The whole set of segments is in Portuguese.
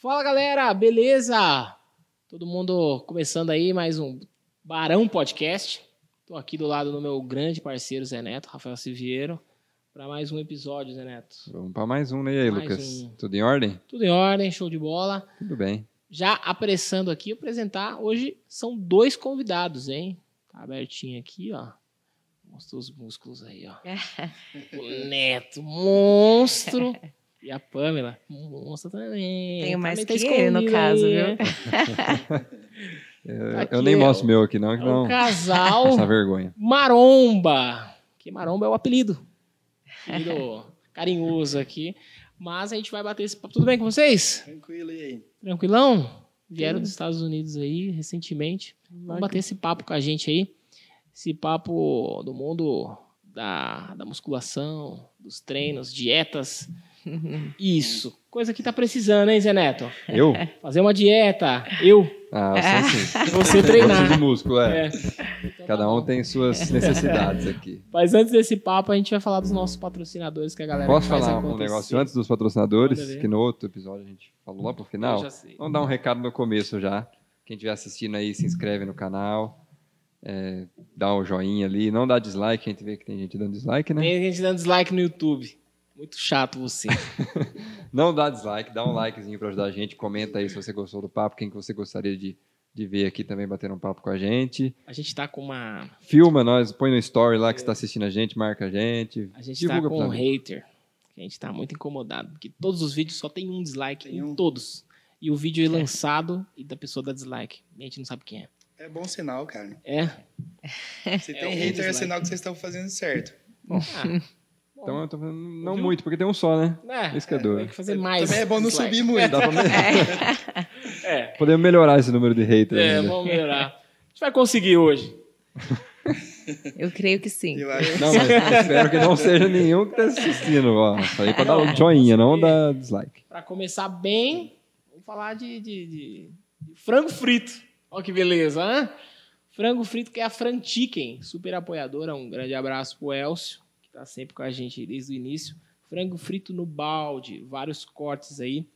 Fala galera, beleza? Todo mundo começando aí mais um Barão Podcast. Estou aqui do lado do meu grande parceiro Zé Neto, Rafael Siviero, para mais um episódio, Zé Neto. Vamos para mais um, né? E aí, Mais Lucas? um. Tudo em ordem? Tudo em ordem, show de bola. Tudo bem. Já apressando aqui, apresentar. Hoje são dois convidados, hein? Tá abertinho aqui, ó. Mostra os músculos aí, ó. o Neto, monstro. E a Pamela, monstro também. Tenho mais Também tá que eu, no escondido caso, aí, viu? né? Eu, Aqui eu nem é mostro meu aqui, não, É que um não. casal Essa vergonha. Maromba. Que Maromba é o apelido. Apelido carinhoso aqui. Mas a gente vai bater esse papo. Tudo bem com vocês? Tranquilo, e aí? Tranquilão? Vieram dos Estados Unidos aí recentemente. Vamos bater esse papo com a gente aí. Esse papo do mundo da, da musculação, dos treinos, dietas. Isso. Coisa que tá precisando, hein, Zé Neto? Eu? Fazer uma dieta. Eu. Ah, eu sou sim. E você Eu preciso treinar. de músculo, É. é. Então tá Cada bom. um tem suas necessidades aqui. Mas antes desse papo, a gente vai falar dos nossos patrocinadores que a galera Posso faz falar um acontecer. negócio antes dos patrocinadores? Manda ver. Que no outro episódio a gente falou lá pro Eu final. já sei. Vamos dar um recado no começo já. Quem estiver assistindo aí, se inscreve no canal. é, dá um joinha ali. Não dá dislike, a gente vê que tem gente dando dislike, né? Tem gente dando dislike no YouTube. Muito chato você. Não dá dislike, dá um likezinho pra ajudar a gente. Comenta aí se você gostou do papo, quem que você gostaria de, de ver aqui também bater um papo com a gente. A gente tá com uma. Filma nós, põe no story lá que você tá assistindo a gente, marca a gente. A gente Divulga tá com pra um mim. hater. Que a gente tá muito incomodado. Porque todos os vídeos só tem um dislike Tem em um. todos. E o vídeo é lançado e da pessoa dá dislike. E a gente não sabe quem é. É bom sinal, cara. É? Se É tem um hater, é dislike. sinal que vocês estão fazendo certo. Ah, bom, Então eu tô falando, não Viu? muito, porque tem um só, né? né? Isso que é Tem doido. que fazer mais. Também é bom não dislike. subir muito. Dá pra melhorar. É, Podemos melhorar esse número de haters. é, ainda. vamos melhorar. A gente vai conseguir hoje. Eu creio que sim. Eu acho. Não, mas eu espero que não seja nenhum que tá assistindo. Ó, falei pra dar um joinha, não dar dislike. Pra começar bem, vamos falar de, de- de- de frango frito. Olha que beleza, hein? Frango frito que é a Fran Chicken, super apoiadora. Um grande abraço pro Elcio, que tá sempre com a gente desde o início. Frango frito no balde, vários cortes aí.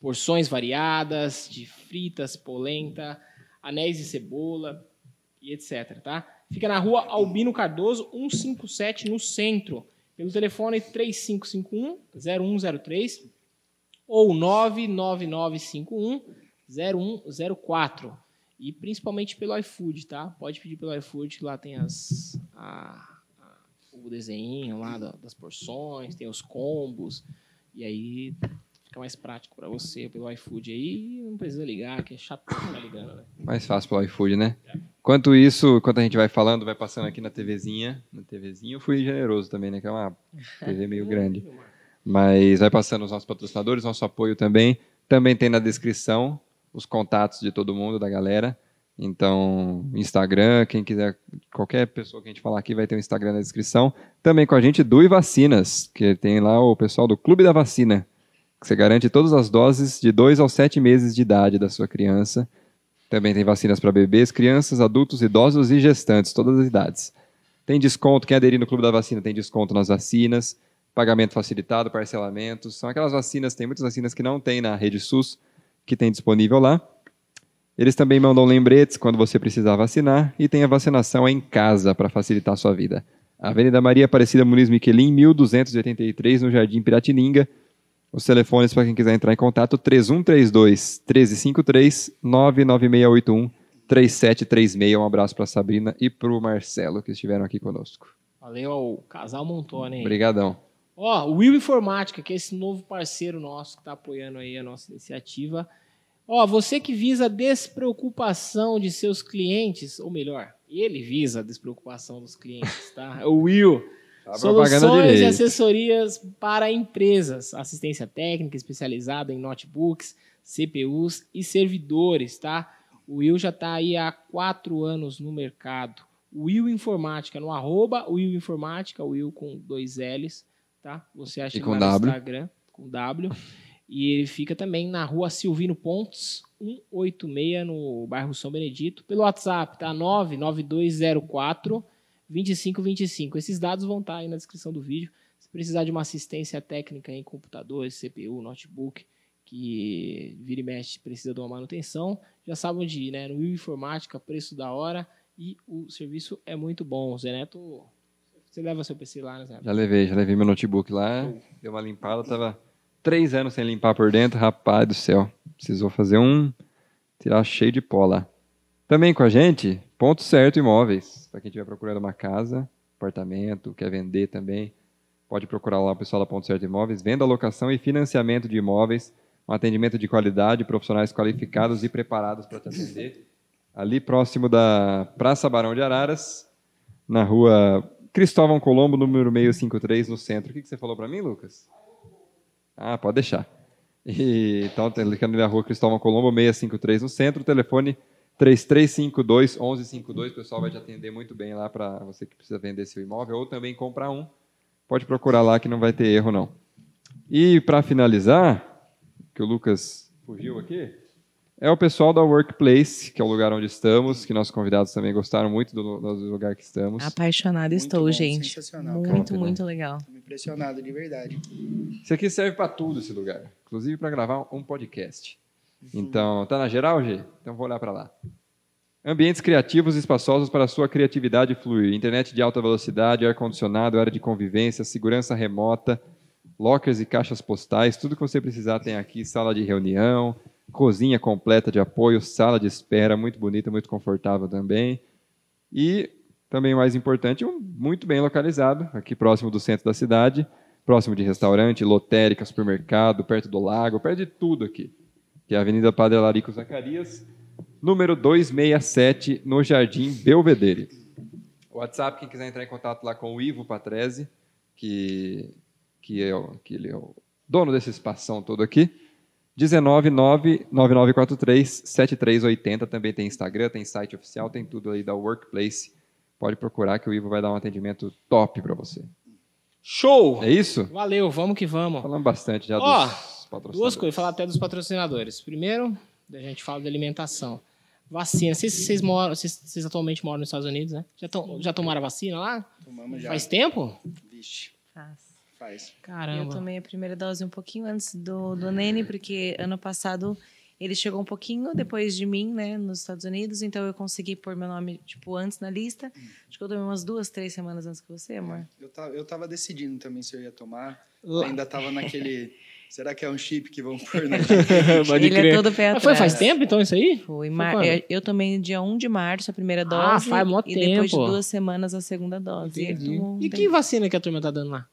Porções variadas, de fritas, polenta, anéis de cebola e etc, tá? Fica na rua Albino Cardoso, 157, no centro. Pelo telefone 3551-0103 ou 99951-0104. E principalmente pelo iFood, tá? Pode pedir pelo iFood, que lá tem as, a- a- o desenho lá da- das porções, tem os combos. E aí fica mais prático para você pelo iFood aí. Não precisa ligar, que é chato ficar ligando, né? Mais fácil pelo iFood, né? Enquanto isso, enquanto a gente vai falando, vai passando aqui na TVzinha. Na TVzinha eu fui generoso também, né? Que é uma TV meio grande. Mas vai passando os nossos patrocinadores, nosso apoio também. Também tem na descrição os contatos de todo mundo, da galera. Então, Instagram, quem quiser, qualquer pessoa que a gente falar aqui vai ter o Instagram na descrição. Também com a gente, Dui Vacinas, que tem lá o pessoal do Clube da Vacina, que você garante todas as doses de 2 aos 7 meses de idade da sua criança. Também tem vacinas para bebês, crianças, adultos, idosos e gestantes, todas as idades. Tem desconto, quem aderir no Clube da Vacina tem desconto nas vacinas, pagamento facilitado, parcelamentos. São aquelas vacinas, tem muitas vacinas que não tem na rede SUS, que tem disponível lá. Eles também mandam lembretes quando você precisar vacinar e tem a vacinação em casa para facilitar a sua vida. Avenida Maria Aparecida Muniz Miquelin, 1283, no Jardim Piratininga. Os telefones para quem quiser entrar em contato, 3132 1353 99681 3736. Um abraço para Sabrina e para o Marcelo que estiveram aqui conosco. Valeu ao casal Montoni aí. Obrigadão. Ó, o Will Informática, que é esse novo parceiro nosso que está apoiando aí a nossa iniciativa. Ó, você que visa a despreocupação de seus clientes, ou melhor, ele visa a despreocupação dos clientes, tá? É O Will. Tá Soluções e assessorias para empresas, assistência técnica especializada em notebooks, CPUs e servidores, tá? O Will já está aí há quatro anos no mercado. Will Informática, no arroba Will Informática, Will com dois L's, tá? Você acha E ele com lá no W. Instagram, com W. E ele fica também na rua Silvino Pontes, 186, no bairro São Benedito, pelo WhatsApp, tá? 99204 2525. Esses dados vão estar aí na descrição do vídeo. Se precisar de uma assistência técnica em computadores, CPU, notebook, que vira e mexe precisa de uma manutenção, já sabe onde ir, né? No Will Informática, preço da hora e o serviço é muito bom. Zé Neto, você leva seu PC lá, né, Zé? Já levei, já levei meu notebook lá, deu uma limpada, tava três anos sem limpar por dentro, rapaz do céu. Precisou fazer um, tirar cheio de pó lá. Também com a gente, Ponto Certo Imóveis, para quem estiver procurando uma casa, apartamento, quer vender também, pode procurar lá o pessoal da Ponto Certo Imóveis, venda, locação e financiamento de imóveis, um atendimento de qualidade, profissionais qualificados e preparados para te atender. Ali próximo da Praça Barão de Araras, na rua Cristóvão Colombo, número 653, no centro. O que, que você falou para mim, Lucas? Ah, pode deixar. E, então, tem ali na rua Cristóvão Colombo, 653, no centro. Telefone 3352-1152. O pessoal vai te atender muito bem lá para você que precisa vender seu imóvel ou também comprar um. Pode procurar lá que não vai ter erro, não. E, para finalizar, que o Lucas fugiu aqui, é o pessoal da Workplace, que é o lugar onde estamos, que nossos convidados também gostaram muito do, do lugar que Ah, estamos. Apaixonada Muito estou, bom, assim, gente. sensacional, cara. Muito, Top, né? muito legal. Tô impressionado, de verdade. Isso aqui serve para tudo esse lugar, inclusive para gravar um podcast. Então, tá na geral, G? Então vou olhar para lá. Ambientes criativos e espaçosos para a sua criatividade fluir. Internet de alta velocidade, ar-condicionado, área de convivência, segurança remota, lockers e caixas postais, tudo que você precisar tem aqui, sala de reunião, cozinha completa de apoio, sala de espera, muito bonita, muito confortável também. E, também mais importante, um muito bem localizado, aqui próximo do centro da cidade, próximo de restaurante, lotérica, supermercado, perto do lago, perto de tudo aqui. Que é a Avenida Padre Larico Zacarias, número 267, no Jardim Belvedere. WhatsApp, quem quiser entrar em contato lá com o Ivo Patrese, que, que, é, o- que ele é o dono desse espação todo aqui. 199-9943-7380. Também tem Instagram, tem site oficial, tem tudo aí da Workplace. Pode procurar que o Ivo vai dar um atendimento top para você. Show! É isso? Valeu, vamos que vamos. Falamos bastante já Ó, dos patrocinadores. Duas coisas, falar até dos patrocinadores. Primeiro, a gente fala de alimentação. Vacina. Vocês, vocês moram, vocês, vocês atualmente moram nos Estados Unidos, né? Já, tom- já tomaram a vacina lá? Tomamos já. Faz tempo? Vixe, Faz. faz. Caramba. Eu tomei a primeira dose um pouquinho antes do, do Nene, porque ano passado ele chegou um pouquinho depois de mim, né, nos Estados Unidos, então eu consegui pôr meu nome, tipo, antes na lista. Acho que eu tomei umas duas, três semanas antes que você, amor. Eu tava, eu tava decidindo também se eu ia tomar. Lá- Ainda tava naquele. Será que é um chip que vão pôr, né? Pode ele é crer. todo pé Mas atrás. foi faz tempo, então, isso aí? Foi, mar... quando? eu- Eu tomei dia 1 de março a primeira dose. Ah, faz mó E depois de tempo. duas semanas a segunda dose. Entendi. Ele tomou E um que vacina que a turma tá dando lá?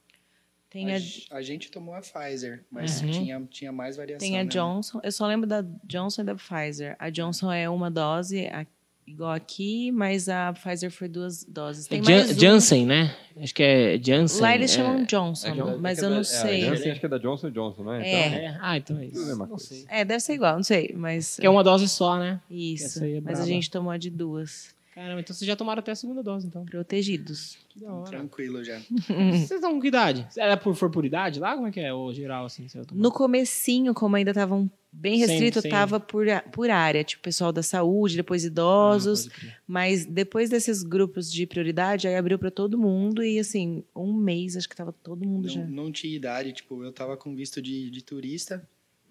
Tem a, A, a gente tomou a Pfizer, mas Uhum. tinha, tinha mais variação. tem a né? Johnson. Eu só lembro da Johnson e da Pfizer. A Johnson é uma dose, a- igual aqui, mas a Pfizer foi duas doses. Tem É Jan- mais uma. Janssen, né? Acho que é Janssen. Lá eles é- chamam É Johnson, que é- mas é que eu é não da- É, sei. Janssen, acho que é da Johnson Johnson, não é? É. É. Ah, então é Tudo a isso. mesma Não coisa. sei. É, deve ser igual, não sei, mas Que é uma dose só, né? isso. essa aí é mas braba. a gente tomou a de duas, Caramba, então vocês já tomaram até a segunda dose, então. protegidos. Que da hora. Tranquilo já. Vocês estão com que idade? Era por, for por idade lá? Como é que é? Ou geral, assim, se eu tomar? No comecinho, como ainda estavam bem Sem- restrito, sem- tava por, a- por área, tipo pessoal da saúde, depois Ah, idosos, pode crer. mas depois desses grupos de prioridade, aí abriu pra todo mundo e assim, um mês acho que tava todo mundo já. Não, não tinha idade, tipo, eu tava com visto de, de turista,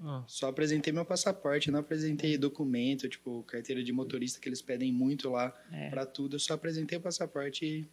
Ah, só apresentei meu passaporte, não apresentei documento, tipo, carteira de motorista que eles pedem muito lá É. pra tudo, eu só apresentei o passaporte e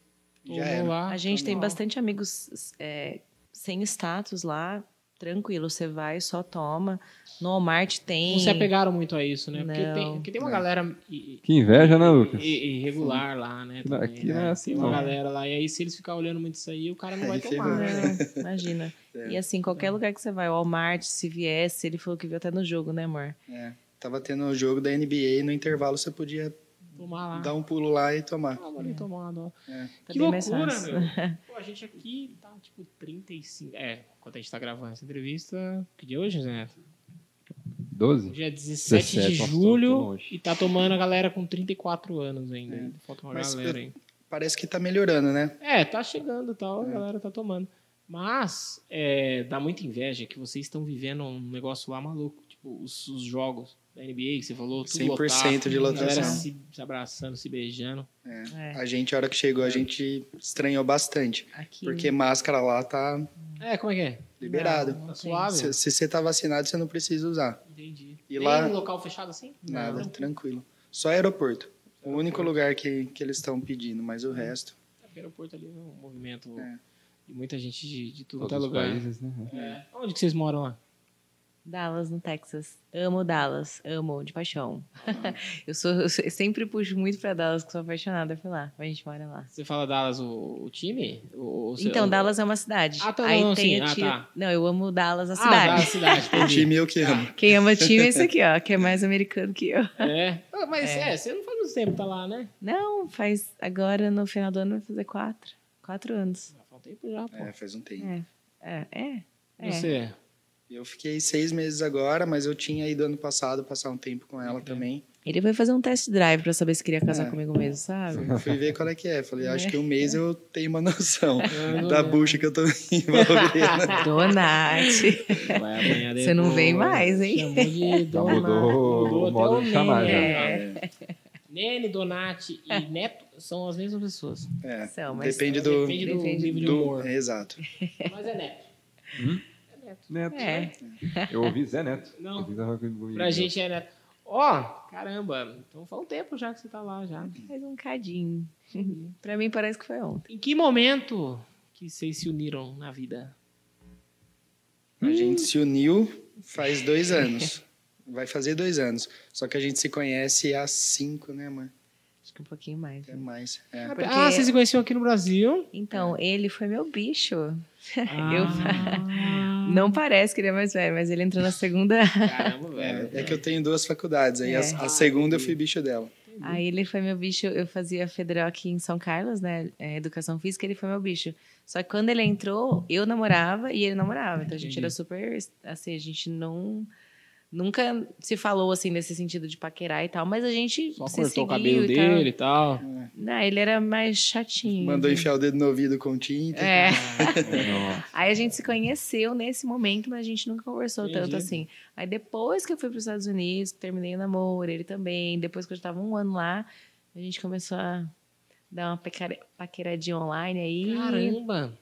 tomou já era. lá. A gente tem Ó. bastante amigos é, sem status lá, tranquilo, você vai, só toma. No Walmart tem. Não se apegaram muito a isso, né? Porque Não. tem, porque tem uma É. galera i- Que inveja, né, i- Lucas? i- irregular lá, né? Aqui não- também, aqui né? não é assim, Tem uma não. galera lá. E aí, se eles ficarem olhando muito isso aí, o cara não Aí vai ferrou, tomar, né? Não, imagina. É. E assim, qualquer Tá. lugar que você vai, o Walmart, se viesse, ele falou que viu até no jogo, né, amor? É. Tava tendo o jogo da NBA e no intervalo você podia Tomar lá. dar um pulo lá e tomar. Ah, vou ali tomar uma dose. É. Tá Que bem mais loucura, fácil. meu. Pô, a gente aqui tá tipo 35. É, quando a gente tá gravando essa entrevista. Que dia é hoje, Zé? Neto? Hum. 12? Hoje é 17, 17, de nossa, tô- tô julho longe. e tá tomando a galera com 34 anos ainda. Ainda Falta uma É. Mas galera eu- aí. Parece que tá melhorando, né? É, tá chegando e tal, a É. galera tá tomando. Mas é, dá muita inveja que vocês estão vivendo um negócio lá maluco. Tipo, os, os jogos da NBA que você falou, tudo 100% de lotado, a galera lotação. se, se abraçando, se beijando. É, A gente, a hora que chegou, a gente estranhou bastante. aqui. Porque máscara lá tá É, como é que é? Liberado. Tá Não tem. suave? Se, se você tá vacinado, você não precisa usar. Entendi. E Tem lá- local fechado assim? Nada, Não. tranquilo. Só aeroporto. O único lugar que, que eles estão pedindo, mas o resto. É, porque aeroporto ali é um movimento É. de muita gente de, de tudo Todos quanto é os lugar. países, né? É. Onde que vocês moram lá? Dallas, no Texas. Amo Dallas, amo de paixão. eu sou eu sou- eu sempre puxo muito pra Dallas, que sou apaixonada por lá. A gente mora lá. Você fala Dallas, o, o time? O- o- Então, o- Dallas é uma cidade. Ah, tá, Aí não, tem sim, o ah, time. tá. Não, eu amo Dallas, é a Ah, cidade. Dallas, cidade, O entendi. time eu que amo. Quem ama time é esse aqui, ó, que é mais americano que eu. É. Ah, Mas é. você não faz muito tempo que tá lá, né? Não, faz agora no final do ano vai fazer quatro. Quatro anos. Ah, Faz um tempo já, pô. É, faz um tempo. É. É. é, é. Você. Eu fiquei seis meses agora, mas eu tinha ido ano passado passar um tempo com ela também. Ele foi fazer um test drive pra saber se queria casar É. comigo mesmo, sabe? Fui ver qual é que é. Falei, acho É. que um mês eu tenho uma noção Ah, da não. bucha que eu tô envolvendo. Donate. Vai amanhã Você não depois. vem mais, hein? Então Chamou de Dona- Já mudou, mudou o até modo o de Tá chamar. nome. já. né? É. Nene, Donati e Neto são as mesmas pessoas. É, São, mas- depende do, Depende do Depende nível de do- humor. é, Exato. Mas é Neto. Neto. né? É. Eu ouvi Zé Neto. Não. Eu ouvi Zé Neto. Pra gente é Neto. Ó, caramba, então faz um tempo já que você tá lá já. Faz um cadinho. pra mim parece que foi ontem. Em que momento que vocês se uniram na vida? A gente se uniu faz dois anos. Vai fazer dois anos. Só que a gente se conhece há cinco, né, mãe? Acho que um pouquinho mais. Até mais. É. Porque- Ah, vocês se conheciam aqui no Brasil? Então, ele foi meu bicho. Eu- Ah. Não parece que ele é mais velho, mas ele entrou na segunda. Caramba, velho. É, é que eu tenho duas faculdades. Aí É. a, a segunda eu fui bicho dela. Aí ele foi meu bicho. Eu fazia federal aqui em São Carlos, né? é, educação física, ele foi meu bicho. Só que quando ele entrou, eu namorava e ele namorava. Então a gente Entendi. era super. Assim, a gente não. Nunca se falou assim nesse sentido de paquerar e tal, mas a gente Só se cortou seguiu o cabelo e dele e tal. tal. Não, ele era mais chatinho. Mandou enfiar o dedo no ouvido com tinta. É. Não. Aí a gente se conheceu nesse momento, mas a gente nunca conversou Entendi. tanto assim. Aí depois que eu fui para os Estados Unidos, terminei o namoro, ele também. Depois que eu já estava um ano lá, a gente começou a dar uma pecara- paqueradinha online aí. Caramba.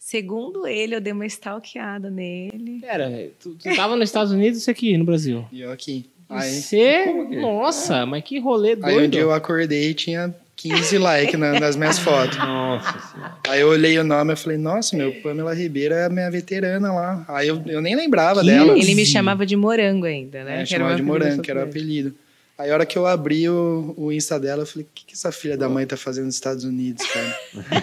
Segundo ele, eu dei uma stalkeada nele. Pera, tu, tu tava nos Estados Unidos e isso aqui no Brasil? E eu aqui. Aí, Você, Como que é? nossa, mas que rolê aí um doido. dia eu acordei e tinha 15 likes na- nas minhas fotos. Nossa senhora. Aí eu olhei o nome e falei, nossa, meu, Pamela Ribeira é a minha veterana lá. Aí eu, eu nem lembrava Que dela. Ele me chamava de morango ainda, né? assim? É, Que era o meu chamava de apelido Morango, que era o favorito. apelido. Aí a hora que eu abri o, o Insta dela, eu falei, o que, que essa filha da mãe tá fazendo nos Estados Unidos, cara?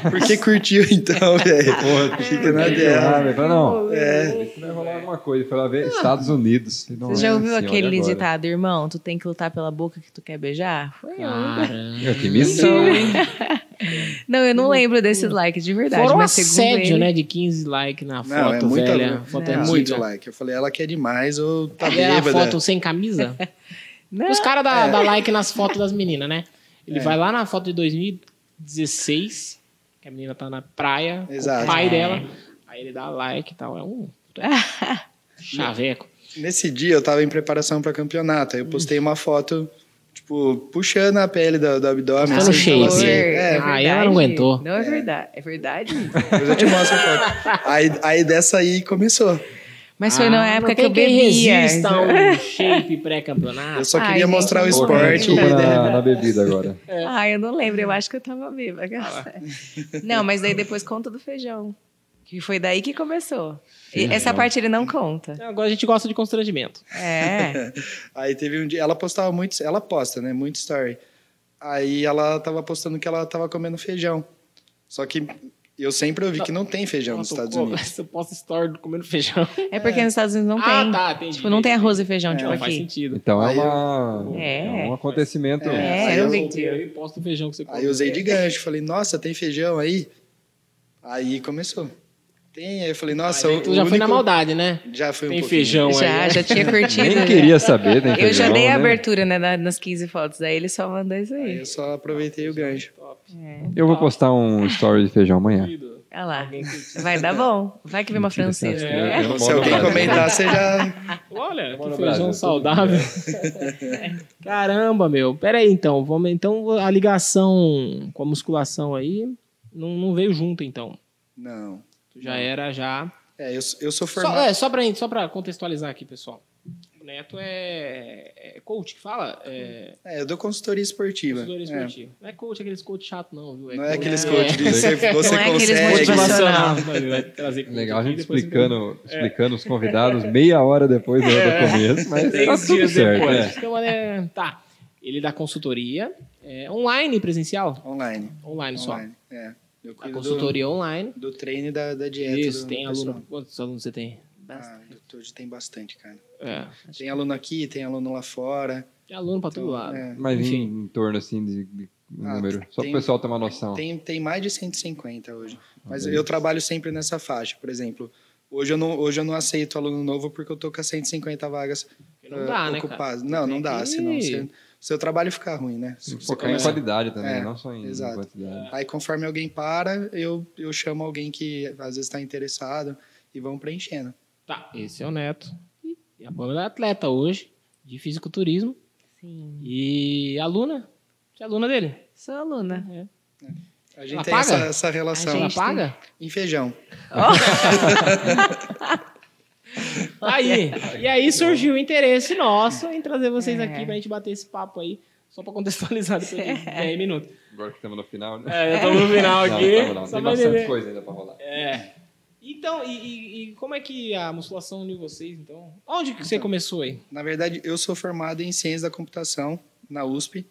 Por que curtiu então, velho? Porra, Fica na Ah, dela. velho, fala, não. É, Vai rolar alguma coisa. Foi lá ver Estados Unidos. é Você né? já assim, ouviu aquele ditado, irmão? Tu tem que lutar pela boca que tu quer beijar? Foi eu. Ah. Caramba. Que missão, hein? Não, eu não lembro desses likes de verdade. Foram um mas segundo assédio, ele, né, de 15 likes na Não, é foto, muito, velha. A foto é, é muito. muito like. Eu falei, ela quer demais ou tá E era a bêbada? foto sem camisa? Não, Os caras É. dá, dá like nas fotos das meninas, né? Ele vai lá na foto de 2016, que a menina tá na praia, Exato. com o É. pai dela. Aí ele dá like e tal. É um chaveco. Nesse dia eu tava em preparação pra campeonato, aí eu postei uma foto, tipo, puxando a pele do, do abdômen. Tá no assim, shape. falando, Foi, É, Ah, ela não verdade. aguentou. Não é verdade, é verdade. depois eu te mostro a foto. Aí, aí dessa aí começou. Mas foi Ah, na época não tem que eu quem bebia. resista a um shape pré-campeonato. Eu só Ai, queria gente, mostrar o eu não esporte. Desculpa na, na bebida agora. Ah, eu não lembro, eu acho que eu tava Ah. bêbada. Não, mas daí depois conta do feijão. Que foi daí que começou. E Feijão. essa parte ele não conta. Agora a gente gosta de constrangimento. É. Aí teve um dia, ela postava muito, ela posta, né, muito story. Aí ela tava postando que ela tava comendo feijão. Só que eu sempre ouvi que não tem feijão nos Nossa, Estados pô, Unidos. Você posta story comendo feijão. É porque nos Estados Unidos não ah, tem. tá, entendi. Tipo, não tem arroz e feijão, É, tipo Não faz aqui. sentido. Então é, Aí eu- uma, É. é um acontecimento. É. É, Aí eu eu big deal. Eu e posto o feijão que você Aí eu usei de gancho, falei, nossa, tem feijão aí? Aí começou. Tem, aí eu falei, nossa, Aí o, tu o já foi na único- maldade, né? Já foi um Tem pouquinho. feijão Já, aí. já tinha curtido. Nem né? queria saber, né? Eu já feijão, dei a né? abertura né, na- nas 15 fotos, aí ele só mandou isso Aí aí. eu só aproveitei o gancho. Eu vou postar um story de feijão amanhã. Olha lá. Alguém curtiu. Vai dar bom. Vai que vem uma tá francesa. É. né? Eu Se moro alguém no Brasil. comentar, você já... Olha, Mora que no feijão Brasil, saudável. Caramba, meu. Pera aí, então. Vamos, então, a ligação com a musculação aí não, não veio junto, então. Não. Tu já era já. É, eu, eu Só, sou formado. é, só pra, só pra contextualizar aqui, pessoal. O Neto é, é coach que fala? É, É, eu dou consultoria esportiva. consultor É. esportivo. Não é coach, aqueles coach chato, não, viu? Não é coach- aqueles É. coach que você, você Não é aqueles consegue. motivacionais. motivacional. Vai trazer coach Legal a aqui, gente depois você explicando, explicando os convidados meia hora depois do É. do começo, mas Três tá tudo dias certo. depois. né? Então, né, tá. Ele dá consultoria é, online, presencial? Online. Online, só. online. É. Eu A cuido do, consultoria online. do treino e da, da dieta. Isso, do tem pessoal. aluno. Quantos alunos você tem? Ah, hoje tem bastante, cara. É. Tem aluno aqui, tem aluno lá fora. Tem aluno pra todo Então, lado. é. Mas em, Enfim. em torno assim de, de número. Só Ah, tem- pro pessoal ter uma noção. Tem, tem mais de 150 hoje. Mas Beleza. eu trabalho sempre nessa faixa, por exemplo. Hoje eu, não, hoje eu não aceito aluno novo porque eu tô com as 150 vagas Porque não dá, ah, né, cara? ocupadas. Não, não Tem dá, que- senão se- seu trabalho fica ruim, né? Se Tem que você focar em começa- qualidade também, É, não só em exato. quantidade. Aí conforme alguém para, eu, eu chamo alguém que às vezes está interessado e vão preenchendo. Tá, esse é o Neto. E a Pamela é atleta hoje, de fisiculturismo. Sim. E aluna? Você é aluna dele? Sou aluna. A gente Ela tem paga? essa, essa Ela relação A gente- paga? em feijão. Aí, e aí surgiu o interesse nosso em trazer vocês É. aqui pra gente bater esse papo aí, só pra contextualizar depois de 10 minutos. Agora que estamos no final, né? É, já estamos no final Não, aqui. não, não, só Tem pra bastante entender. coisa ainda pra rolar. É, Então, e, e- e como é que a musculação de vocês, então? Onde que você começou aí? Na verdade, eu sou formado em ciência da computação na USP,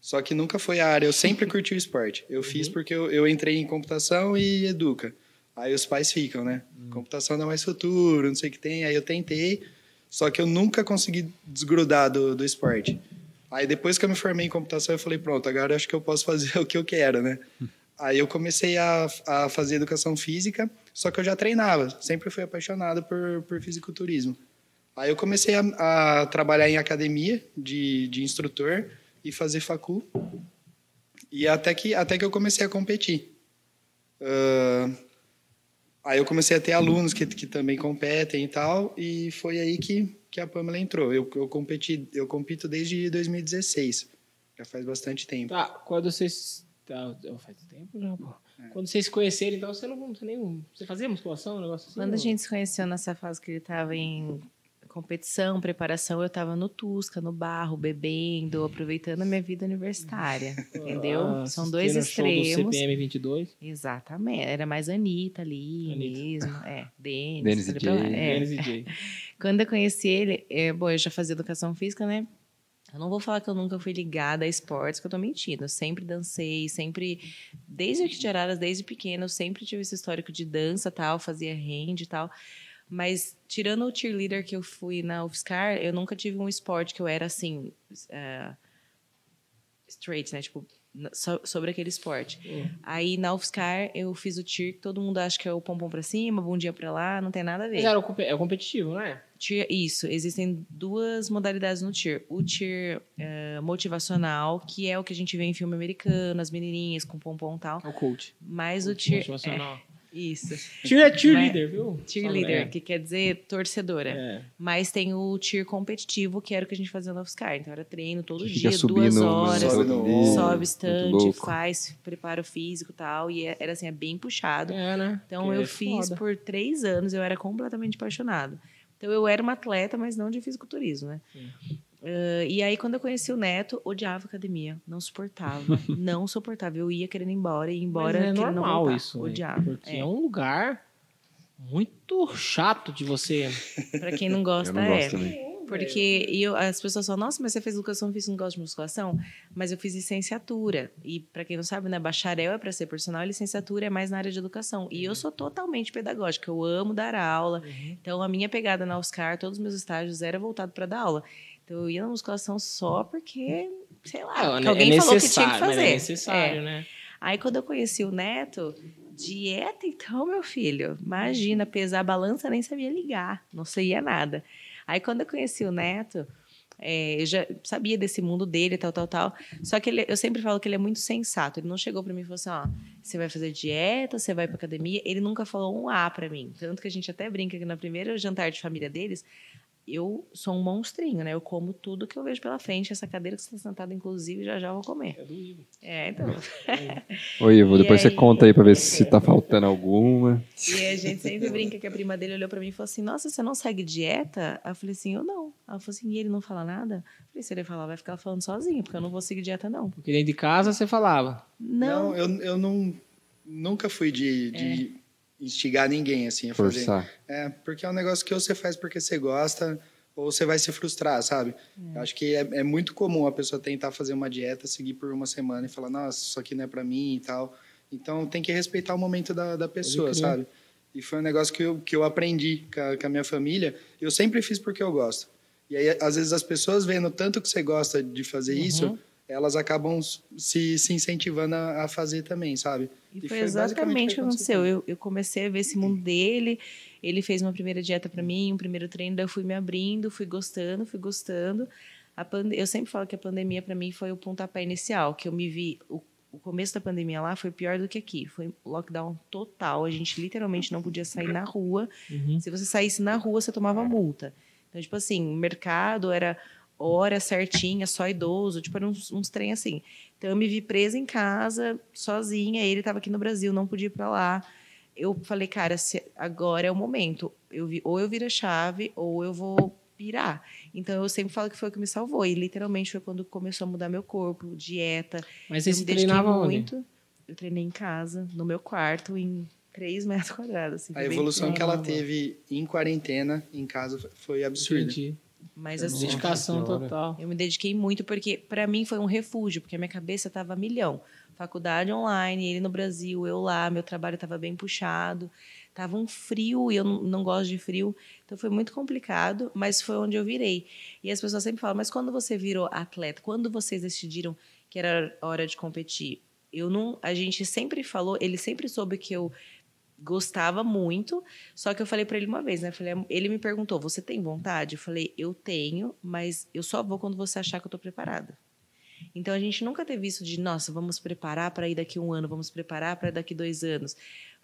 só que nunca foi a área. Eu sempre curti o esporte. Eu fiz porque eu, eu entrei em computação e educa. Aí os pais ficam, né? Computação não é mais futuro, não sei o que tem. Aí eu tentei, só que eu nunca consegui desgrudar do, do esporte. Aí depois que eu me formei em computação, eu falei, pronto, agora eu acho que eu posso fazer o que eu quero, né? Aí eu comecei a, a fazer educação física, só que eu já treinava. Sempre fui apaixonado por, por fisiculturismo. Aí eu comecei a, a trabalhar em academia de, de instrutor e fazer facu. E até que, até que eu comecei a competir. Ah, aí eu comecei a ter alunos que, que também competem e tal. E foi aí que, que a Pamela entrou. Eu, eu, competi, eu compito desde 2016. Já faz bastante tempo. Tá, quando vocês. Tá, faz tempo já, pô. Quando vocês se conhecerem, então você não. Você, nem, você fazia musculação, um negócio assim? Quando a ou- gente se conheceu nessa fase que ele estava em competição, preparação, eu estava no Tusca, no barro, bebendo, aproveitando a minha vida universitária, entendeu? Ah, São dois assistindo o Show do extremos. CPM 22. Exatamente, era mais Anitta ali Anitta. mesmo, é, Denis Denis. e tudo Jay. bem? É. Dennis e Jay. Quando eu conheci ele, é, bom, eu já fazia educação física, né? Eu não vou falar que eu nunca fui ligada a esportes, que eu tô mentindo. Eu sempre dancei, sempre. Desde que de Araras, desde pequena, eu sempre tive esse histórico de dança tal, fazia hand e tal. Mas, tirando o cheerleader que eu fui na UFSCar, eu nunca tive um esporte que eu era assim. eh, straight, né? Tipo, na- so- sobre aquele esporte. Hum. Aí, na UFSCar, eu fiz o cheer, que todo mundo acha que é o pompom pra cima, bundinha pra lá, não tem nada a ver. Mas era o compe- é o competitivo, né? Tier- isso, existem duas modalidades no tier. O tier eh, motivacional, que é o que a gente vê em filme americano, as menininhas com pompom e tal. É o coach. Mas o tier... É, Motivacional. isso. Cheer é cheerleader, viu? Cheerleader, que quer dizer torcedora. É. É. Mas tem o tier competitivo, que era o que a gente fazia no Offscar. Então era treino todo Que dia, duas no- horas. Sobe todo no- dia, ombro, Sobe muito estante, louco. faz preparo físico e tal. E é- era assim, é bem puxado. É, né? Então Que eu é fiz foda. por três anos, eu era completamente apaixonada. Então eu era uma atleta, mas não de fisiculturismo, né? Ah, e aí, quando eu conheci o Neto, odiava academia. Não suportava. não suportava. Eu ia querendo ir embora, e ia embora Mas é querendo normal voltar. isso. né? Odiava. Porque é. É. um lugar muito chato de você. Pra quem não gosta, Eu não é. gosto também. Porque e eu- as pessoas falam, nossa, mas você fez educação física, não gosta de musculação? Mas eu fiz licenciatura. E pra quem não sabe, né, bacharel é pra ser personal, e licenciatura é mais na área de educação. E Uhum. eu sou totalmente pedagógica, eu amo dar aula. Então a minha pegada na Oscar, todos os meus estágios era voltado pra dar aula. Então eu ia na musculação só porque, sei lá, é porque alguém falou Ah, que tinha que mas fazer. É necessário, É. né? Aí quando eu conheci o Neto, dieta então, meu filho, imagina, pesar a balança, nem sabia ligar, não sabia nada. Aí quando eu conheci o Neto, é, eu já sabia desse mundo dele, tal, tal, tal. Só que ele- eu sempre falo que ele é muito sensato. Ele não chegou pra mim e falou assim, ó, você vai fazer dieta, você vai pra academia. Ele nunca falou um A pra mim. Tanto que a gente até brinca que no primeiro jantar de família deles, eu sou um monstrinho, né? Eu como tudo que eu vejo pela frente. Essa cadeira que você está sentada, inclusive, já já eu vou comer. É do Ivo. É, então. Ô, Ivo, E depois você aí? conta aí pra ver se tá faltando alguma. E a gente sempre brinca que a prima dele olhou pra mim e falou assim: Nossa, você não segue dieta? Aí Eu falei assim: Eu não. Ela falou assim: E ele não fala nada? Eu falei: Se ele falar, vai ficar falando sozinho, porque eu não vou seguir dieta, não. Porque dentro de casa você falava. Não. Não, eu, eu não, nunca fui de, de instigar ninguém assim a fazer. Forçar. É, porque é um negócio que ou você faz porque você gosta, ou você vai se frustrar, sabe? Eu acho que é, é muito comum a pessoa tentar fazer uma dieta, seguir por uma semana e falar, nossa, isso aqui não é pra mim e tal. Então tem que respeitar o momento da, da pessoa, crer. sabe? E foi um negócio que eu, que eu aprendi com a, com a minha família. Eu sempre fiz porque eu gosto. E aí, às vezes, as pessoas vendo tanto que você gosta de fazer Uhum. isso, elas acabam se, se incentivando a, a fazer também, sabe? E E foi, foi exatamente o que basicamente o que aconteceu. aconteceu. Eu, eu comecei a ver esse mundo dele. Ele fez uma primeira dieta pra mim, um primeiro treino. Daí eu fui me abrindo, fui gostando, fui gostando. A pande... Eu sempre falo que a pandemia pra mim foi o pontapé inicial, que eu me vi. O, o começo da pandemia lá foi pior do que aqui. Foi lockdown total. A gente literalmente não podia sair na rua. Uhum. Se você saísse na rua, você tomava É. multa. Então, tipo assim, o mercado era hora certinha, só idoso, tipo, eram uns, uns trem assim. Então, eu me vi presa em casa, sozinha, ele estava aqui no Brasil, não podia ir para lá. Eu falei, cara, se- agora é o momento. Eu vi- ou eu viro a chave, ou eu vou pirar. Então, eu sempre falo que foi o que me salvou. E, literalmente, foi quando começou a mudar meu corpo, dieta. Mas você eu se me dediquei treinava onde? muito. Eu treinei em casa, no meu quarto, em 3 metros quadrados. assim, A foi bem evolução que ela Caramba. teve em quarentena, em casa, foi absurda. Entendi. Mas é Eu não assim, Dedicação Nossa Senhora. total. eu me dediquei muito porque para mim foi um refúgio, porque a minha cabeça estava milhão. Faculdade online, ele no Brasil, eu lá, meu trabalho estava bem puxado, tava um frio e eu não, não gosto de frio, então foi muito complicado, mas foi onde eu virei. E as pessoas sempre falam: "Mas quando você virou atleta, quando vocês decidiram que era hora de competir?" Eu não, a gente sempre falou, ele sempre soube que eu gostava muito, só que eu falei pra ele uma vez, né? Eu Falei, ele me perguntou: "Você tem vontade?" Eu falei: "Eu tenho, mas eu só vou quando você achar que eu tô preparada". Então a gente nunca teve isso de, nossa, vamos preparar para ir daqui um ano, vamos preparar para daqui dois anos.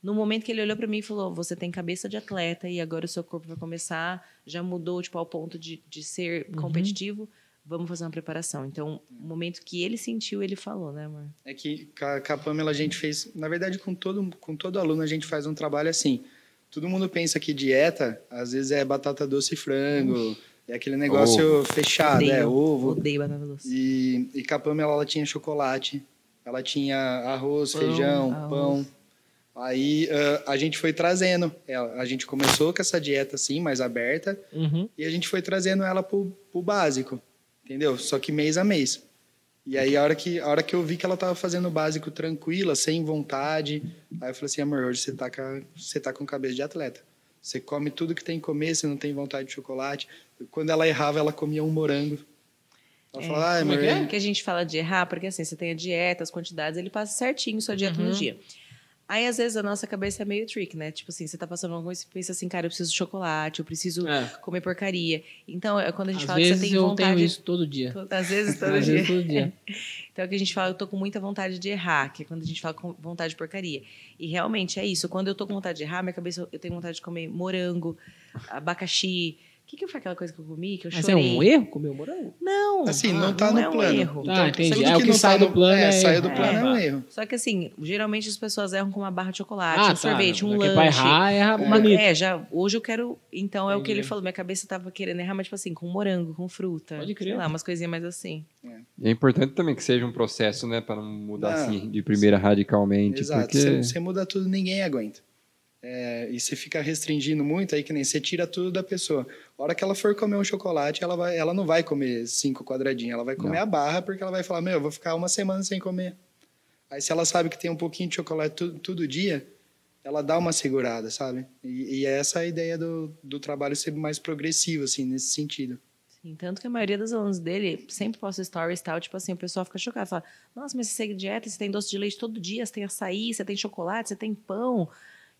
No momento que ele olhou pra mim e falou: "Você tem cabeça de atleta e agora o seu corpo vai começar, já mudou tipo ao ponto de, de ser Uhum. competitivo, vamos fazer uma preparação". Então, o momento que ele sentiu, ele falou, né, amor? É que com a com a Pamela a gente fez, na verdade, com todo, com todo aluno a gente faz um trabalho assim. Todo mundo pensa que dieta, às vezes é batata doce e frango, é aquele negócio fechado, é ovo. Odeio banana doce. E, e com a Pamela ela tinha chocolate, ela tinha arroz, Pão, feijão, arroz. pão. Aí ah, a gente foi trazendo. ela. A gente começou com essa dieta assim, mais aberta, Uhum. e a gente foi trazendo ela pro, pro básico, entendeu? Só que mês a mês. E aí, a hora, que, a hora que eu vi que ela tava fazendo o básico tranquila, sem vontade, aí eu falei assim, amor, hoje você tá, com, você tá com cabeça de atleta. Você come tudo que tem que comer, você não tem vontade de chocolate. Quando ela errava, ela comia um morango. Ela É. falava, ai, Como é amor, que é? O que a gente fala de errar, porque assim, você tem a dieta, as quantidades, ele passa certinho sua dieta Uhum. no dia. Aí, às vezes, a nossa cabeça é meio trick, né? Tipo assim, você tá passando alguma coisa e pensa assim, cara, eu preciso de chocolate, eu preciso É. comer porcaria. Então, é quando a gente Às fala vezes que você tem eu vontade. tenho isso todo dia. to- Às vezes, todo Às dia. vezes todo dia. Então, é que a gente fala, eu tô com muita vontade de errar, que é quando a gente fala com vontade de porcaria. E realmente é isso. Quando eu tô com vontade de errar, minha cabeça, eu tenho vontade de comer morango, abacaxi. O que, que foi aquela coisa que eu comi? Que eu Mas é chorei. um erro comer o morango? Não. Assim, ah, não tá no é um plano. erro. Tá, entendi. tudo É o que não sai do plano É, é saiu do erro. plano é um É. erro. Só que assim, geralmente as pessoas erram com uma barra de chocolate, um Ah, sorvete, tá. um Já que lanche. é pra errar, erra uma- bonito. é, já hoje eu quero. Então é o que Entendi. ele falou. Minha cabeça tava querendo errar, mas tipo assim, com morango, com fruta. Pode crer. Sei lá, umas coisinhas mais assim. E é importante também que seja um processo, né? Pra não mudar Não. assim de primeira radicalmente. Exato. Porque... Você, você muda tudo, ninguém aguenta. É, e você fica restringindo muito, aí que nem você tira tudo da pessoa. A hora que ela for comer um chocolate, ela, vai, ela não vai comer cinco quadradinhos, ela vai comer Não. a barra, porque ela vai falar, meu, eu vou ficar uma semana sem comer. Aí se ela sabe que tem um pouquinho de chocolate tu- todo dia, ela dá uma segurada, sabe? E, e é essa a ideia do, do trabalho ser mais progressivo, assim, nesse sentido. Sim, tanto que a maioria dos alunos dele sempre posta stories e tal, tipo assim, o pessoal fica chocado, fala, nossa, mas você segue dieta, você tem doce de leite todo dia, você tem açaí, você tem chocolate, você tem pão.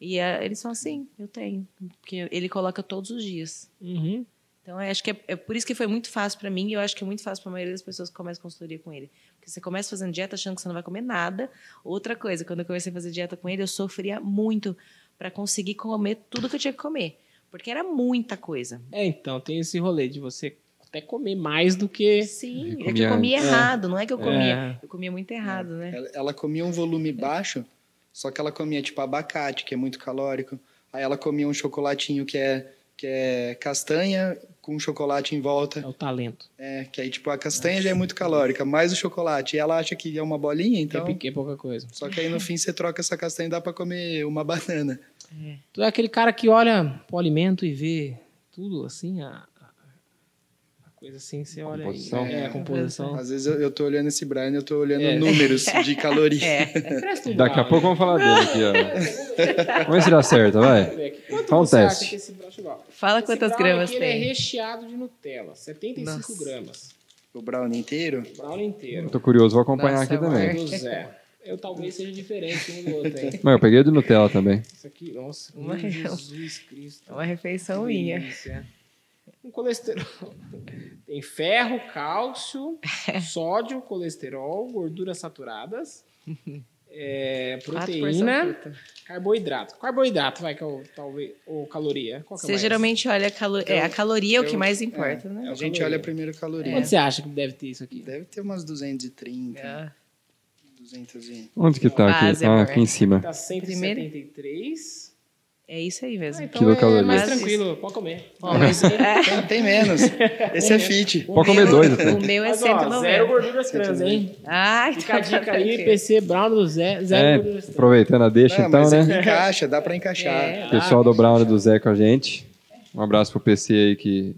E é, eles são assim, eu tenho. Porque ele coloca todos os dias. Uhum. Então, eu acho que é, é por isso que foi muito fácil pra mim e eu acho que é muito fácil pra maioria das pessoas que começam consultoria com ele. Porque você começa fazendo dieta achando que você não vai comer nada. Outra coisa, quando eu comecei a fazer dieta com ele, eu sofria muito pra conseguir comer tudo que eu tinha que comer. Porque era muita coisa. É, então, tem esse rolê de você até comer mais do que. Sim, Ele é que eu comia comia antes. errado, não é que eu É. comia. Eu comia muito errado, né? Ela, ela comia um volume baixo, só que ela comia tipo abacate, que é muito calórico. Aí ela comia um chocolatinho que é, que é castanha com chocolate em volta. É o talento. É, que aí tipo a castanha já é muito calórica, mais o chocolate. E ela acha que é uma bolinha, Então, é então. pequeno, pouca coisa. Só que aí no fim você troca essa castanha e dá pra comer uma banana. Tu é aquele cara que olha pro alimento e vê tudo assim, a, a- a coisa assim, você olha. e- Composição. É, a composição. Às vezes eu, eu tô olhando esse Brian, eu tô olhando É. números de caloria. É. Presta um Daqui a brau, pouco né? vamos falar dele aqui, ó. Vamos ver se dá certo, vai. Quanto Faz um você teste. acha que esse brau- deixa eu ver, ó. Fala Esse quantas brau gramas aqui, Ele é tem. recheado de Nutella, 75 Nossa. gramas. O brownie inteiro? Brown inteiro. Tô curioso, vou acompanhar Nossa, aqui Vai também. do Zé. Eu talvez seja diferente um do outro, hein? Mas eu peguei o de Nutella também. Isso aqui, nossa, meu Mas- Jesus Cristo. É uma refeição Que minha. delícia. Um colesterol. Tem ferro, cálcio, sódio, colesterol, gorduras saturadas, é, Quatro porções proteína, de fruta. carboidrato. Carboidrato, vai, que é o, talvez, ou caloria. Qual que é Você mais? geralmente olha a caloria. É, a caloria é o que eu- mais importa, É, né? É. a gente Caloria. olha primeiro a caloria. Quanto você acha que deve ter isso aqui? Deve ter umas 230, Ah. 200 e... Onde que tá aqui? Base, Ah, amor. aqui em cima. Tá 173. É isso aí Ah, mesmo. então é Quilocalorias. mais tranquilo, pode comer. Ó, mas- é, Tem, tem menos. Esse é fit. Pode comer meu- dois assim. até. O meu é Mas, ó, 190. zero gorduras trans, hein? Ai, Fica a tá dica aí, tranquilo. PC Brown do Zé, zero É, gorduras trans. aproveitando a deixa Ah, então, mas né? aqui encaixa, dá pra encaixar. É. Pessoal do Brown e do Zé com a gente. Um abraço pro PC aí que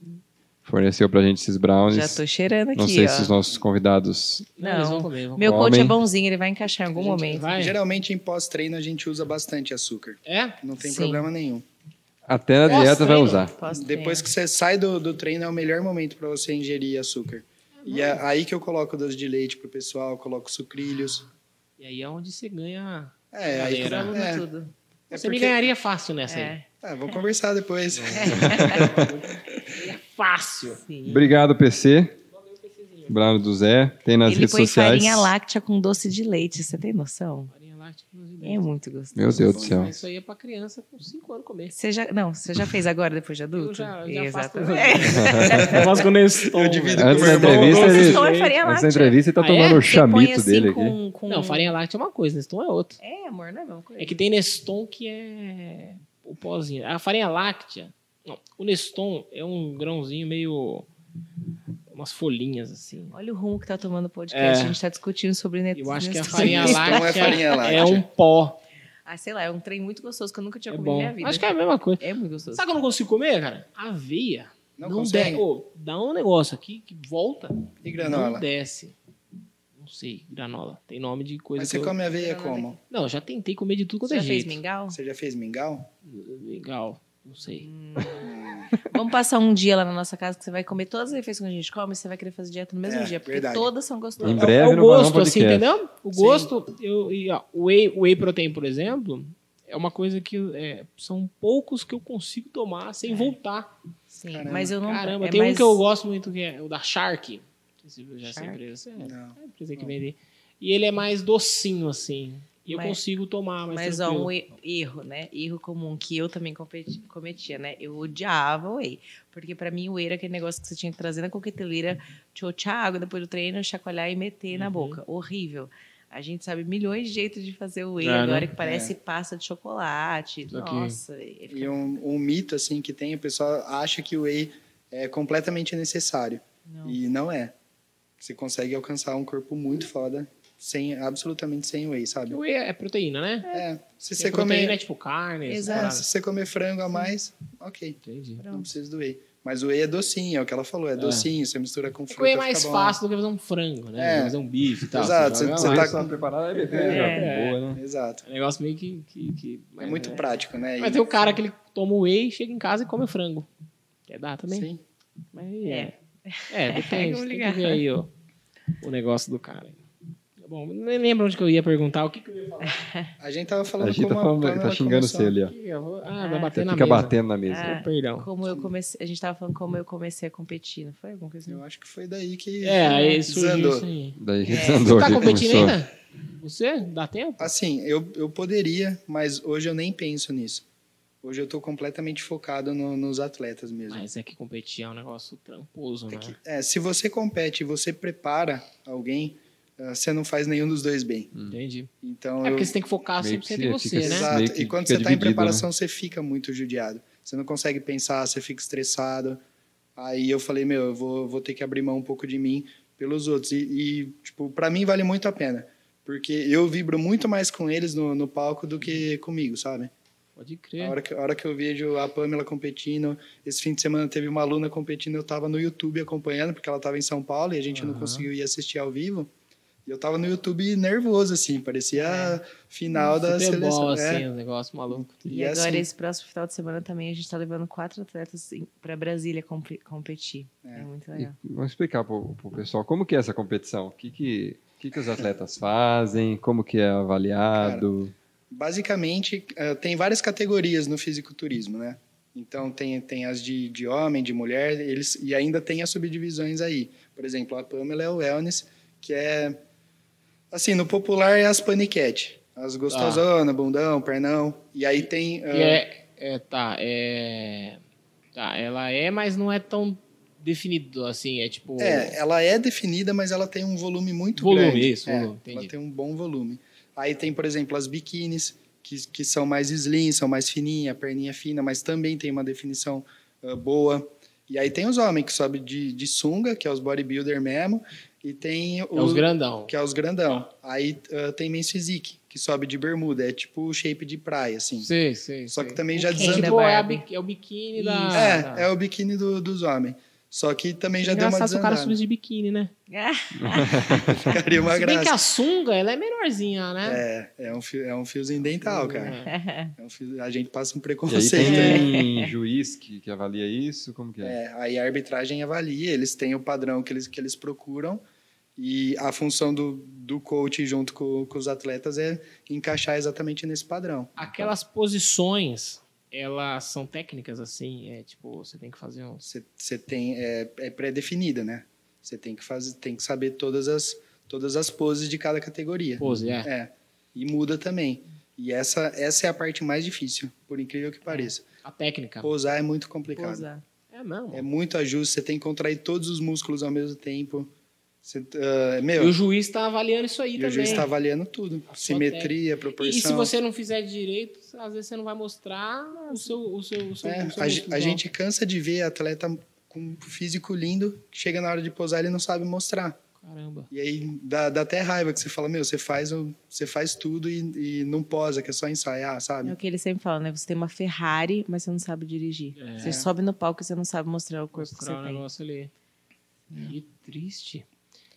forneceu pra gente esses Já brownies. tô cheirando aqui, Não sei ó. se os nossos convidados... Não, eles vão Não. comer. Vão Meu Comem. coach é bonzinho, ele vai encaixar em algum comer. momento. Vai. Geralmente em pós-treino a gente usa bastante açúcar. É? Não tem Sim. problema nenhum. Até na Nossa, dieta vai hein? usar. Posso Depois que você sai do, do treino é o melhor momento pra você ingerir açúcar. E é aí que eu coloco doce de leite pro pessoal, coloco sucrilhos. E aí é onde você ganha. É, aí que- Galera. é, tudo. é você me É. porque... ganharia fácil nessa aí. É. Ah, vamos conversar depois. Fácil. Sim. Obrigado, PC. Brown do Zé. Tem nas Ele redes põe sociais. farinha láctea com doce de leite, você tem noção? Farinha láctea com doce de É leite. muito gostoso. Meu Deus do céu. Isso aí é pra criança com 5 anos comer. Você já, não, você já fez agora depois de adulto? É, Eu já, eu já faço tudo. Exatamente. Eu faço quando eu estou. Eu divido velho. Antes com meu da irmão. entrevista, Vocês ele- estão em farinha Nessa láctea. entrevista ele tá Ah, tomando é? o Você põe chamito assim dele aqui. com- com- Não, farinha láctea é uma coisa, Neston é outra. É, amor, não é a mesma coisa. É que tem Neston que é o pozinho. A farinha láctea. Não, o Neston é um grãozinho meio. umas folhinhas assim. Olha o rumo que tá tomando o podcast. É. A gente tá discutindo sobre net... Eu acho que a Nestlé. farinha Neston é láctea, farinha é láctea. um pó. Ah, sei lá, é um trem muito gostoso que eu nunca tinha É comido na bom. minha vida. Acho que é a mesma coisa. É muito gostoso. Sabe o que eu não consigo comer, cara? Aveia. Não, Não, consegue? desce. Ô, dá um negócio aqui que volta, E não granola? desce. Não sei, granola. Tem nome de coisa. Mas você que eu- come aveia Granola como? Não, já tentei comer de tudo quanto Você é já fez jeito. mingau? Você já fez mingau? Legal, não sei. Vamos passar um dia lá na nossa casa que você vai comer todas as refeições que a gente come e você vai querer fazer dieta no mesmo É, dia, porque verdade. todas são Em gostosas. breve. é o no Barão um gosto, assim, Podcast. entendeu? O Sim. gosto, eu, e, ó, o whey, o whey protein, por exemplo, é uma coisa que é, são poucos que eu consigo tomar sem voltar. Sim, Caramba. mas É. eu não. Caramba, é tem um mais- que eu gosto muito, que é o da Shark. Não sei se você já essa Shark? empresa. É, Não. é a empresa que vende. E ele é mais docinho, assim. E eu Mas- consigo tomar, mas. Mas ó, um e- erro, né? Erro comum que eu também competi- cometia, né? Eu odiava o whey. Porque pra mim o whey era aquele negócio que você tinha que trazer na coqueteleira, tchotchar água depois do treino, chacoalhar e meter na Uhum. boca. Horrível. A gente sabe milhões de jeitos de fazer o whey É, né? agora que parece pasta de chocolate. Só que- Nossa. e fica- E um, um mito assim que tem, o pessoal acha que o whey é completamente necessário Não. e não é. Você consegue alcançar um corpo muito foda sem absolutamente sem whey, sabe? O whey é proteína, né? É, se E você a proteína comer, é tipo carne, essas é, paradas. se você comer frango a mais, OK, Entendi. não precisa do whey. Mas o whey é docinho, é o que ela falou, é, docinho, você mistura com É fruta, que o whey é fica mais bom. né? fácil do que fazer um frango, né? É. Fazer um bife e tal. Exato, Você joga você lá. tá- preparado, é bebê, É. boa, né? Exato. É um negócio meio que... que, que- É muito é. prático, né? Mas E- tem o cara que ele toma o whey, chega em casa e come o frango. Quer dar também? Sim. Mas aí é. É, depende. tem que complicado. ver aí ó, o negócio do cara. Tá Bom, nem lembro onde que eu ia perguntar. O que que eu ia falar? A gente tava falando A gente tá, como falando, Pamela tá xingando começou. você ali, O ó. que que eu vou- Ah, vai bater Você na fica mesa. batendo na mesa. Ah. Perdão. Como eu comecei. A gente tava falando como eu comecei a competir, não foi alguma coisa assim? Eu acho que foi daí que né? É, aí surgiu desandou. isso aí. Daí É. desandou Você tá aqui, competindo começou. ainda? Você? Dá tempo? Assim, eu, eu poderia, mas hoje eu nem penso nisso. Hoje eu estou completamente focado no- nos atletas mesmo. Mas é que competir é um negócio tramposo, né? É que- é, se você compete e você prepara alguém, ah, você não faz nenhum dos dois bem. Entendi. Então É eu... porque você tem que focar Meio que 100% em você você, fica- né? Exato. Meio que E quando fica você tá em dividido, né? preparação, você fica muito judiado. Você não consegue pensar, você fica estressado. Aí eu falei, meu, eu vou, vou ter que abrir mão um pouco de mim pelos outros. E, e, tipo, pra mim vale muito a pena. Porque eu vibro muito mais com eles no, no palco do que comigo, sabe? Pode A crer. hora, que, a hora que eu vejo a Pamela competindo, esse fim de semana teve uma aluna competindo, eu tava no YouTube acompanhando, porque ela tava em São Paulo e a gente não Aham. conseguiu ir assistir ao vivo. E eu tava no YouTube nervoso, assim, parecia a É. final da seleção. Futebol, é. assim, um negócio maluco. E, E agora, assim- esse próximo final de semana também, a gente tá levando quatro atletas para Brasília comp- competir. É. muito E legal. vamos explicar pro, pro pessoal como que é essa competição. O que que, o que que os atletas fazem? Como que é avaliado? Basicamente, eh, tem várias categorias no fisiculturismo, né? Então, tem, tem as de, de homem, de mulher, eles, e ainda tem as subdivisões aí. Por exemplo, a Pamela é o wellness, que é... Assim, no popular é as paniquete. As gostosona, bundão, pernão. E aí tem... ah, Ah. E é, é, tá, é... Tá, ela é, mas não é tão definido, assim, é tipo... É, ela é definida, mas ela tem um volume muito Volume, grande. isso, É, volume, entendi. Ela tem um bom volume. Aí tem, por exemplo, as biquínis, que, que são mais slim, são mais fininha, perninha é fina, mas também tem uma definição ah, boa. E aí tem os homens que sobem de, de sunga, que é os bodybuilder mesmo, e tem é os grandão. que é os grandão. Aí ah, tem men's physique, que sobe de bermuda, é tipo shape de praia, assim. Sei, sei, Só sei. que também O já que desanda ainda Tipo, é, a Barbie. biqui- é o biquíni da... É, da- é o biquíni do- dos homens. Só que também já deu uma Engraçado se o cara desandada. subisse de biquíni, né? Ficaria uma Se bem graça. que a sunga, ela é menorzinha, né? É, é um, fio, é um fiozinho dental, cara. É um fio- a gente passa um E aí preconceito. aí. é- tem juiz que, que avalia isso? Como que é? É, aí a arbitragem avalia, eles têm o padrão que eles, que eles procuram e a função do, do coach junto com, com os atletas é encaixar exatamente nesse padrão. Aquelas posições, elas são técnicas, assim, é tipo, você tem que fazer uns... Você tem é, é pré-definida, né? Você tem que fazer, tem que saber todas as todas as poses de cada categoria. Pose, é. É. E muda também. E essa essa é a parte mais difícil, por incrível que pareça. A técnica. Posar é muito complicado. Pousar. É mesmo. É muito ajuste, você tem que contrair todos os músculos ao mesmo tempo. Você, ah, meu, E o juiz tá avaliando isso aí e o também. juiz tá está avaliando tudo. A sua Simetria, E proporção. se você não fizer direito, às vezes você não vai mostrar o seu. O seu, o seu, É, o seu a, ge- músculo. a gente cansa de ver atleta com um físico lindo, que chega na hora de posar ele não sabe mostrar. Caramba. E aí dá, dá até raiva que você fala, meu, você faz, o- você faz tudo e, e não posa, que é só ensaiar, É sabe? o que eles sempre falam, né? Você tem uma Ferrari, mas você não sabe dirigir. É. Você sobe no palco e você não sabe mostrar o corpo Mostrar o que você tem. É. negócio ali. Que triste.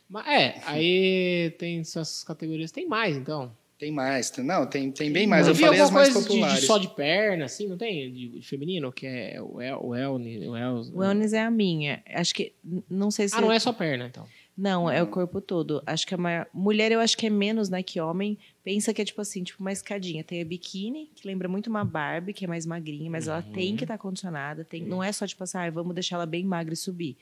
Mas é, aí tem essas categorias. Tem mais, então. Tem mais, tem- não, tem, tem bem mais. eu Eu vi falei as alguma mais coisa de- de, populares. só de perna, assim, não tem? De, de feminino, que é o El. O El, o El, O Wellness é a minha. Acho que. n- Não sei se. né? Ah, não é só perna, então. Não, é o corpo todo. Acho que a maior... mulher eu acho que é menos, né, que homem. Pensa que é tipo assim, tipo uma escadinha. Tem a biquíni, que lembra muito uma Barbie, que é mais magrinha, mas ela tem que Uhum. estar condicionada, tem... não é só tipo assim, ah, vamos deixar ela bem magra e subir.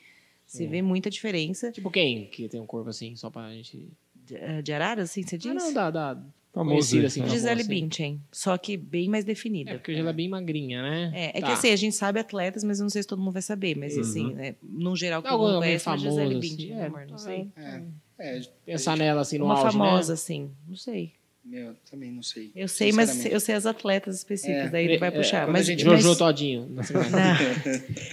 Você vê muita diferença Tipo quem que tem um corpo assim, só pra gente. de, eh, de arara, assim, você diz? Ah, não, dá, dá. Famoso, Conhecida, assim, né? tá bom, Gisele assim. Bündchen, só que bem mais definida. É, porque hoje ela é bem magrinha, né? É, é Tá. que assim, a gente sabe atletas, mas eu não sei se todo mundo vai saber. Mas assim, né, no geral, Tá todo mundo alguma meio conhece a Gisele famosa, Bündchen, assim, né, é. amor? Não sei. É, é, Pensar nela assim no Uma auge, né? famosa, assim, não sei. meu, também não sei. Eu sei, mas sinceramente. eu sei as atletas específicas, É. daí ele vai É, puxar. quando Mas, a gente- Jojo mas, Todinho. na semana.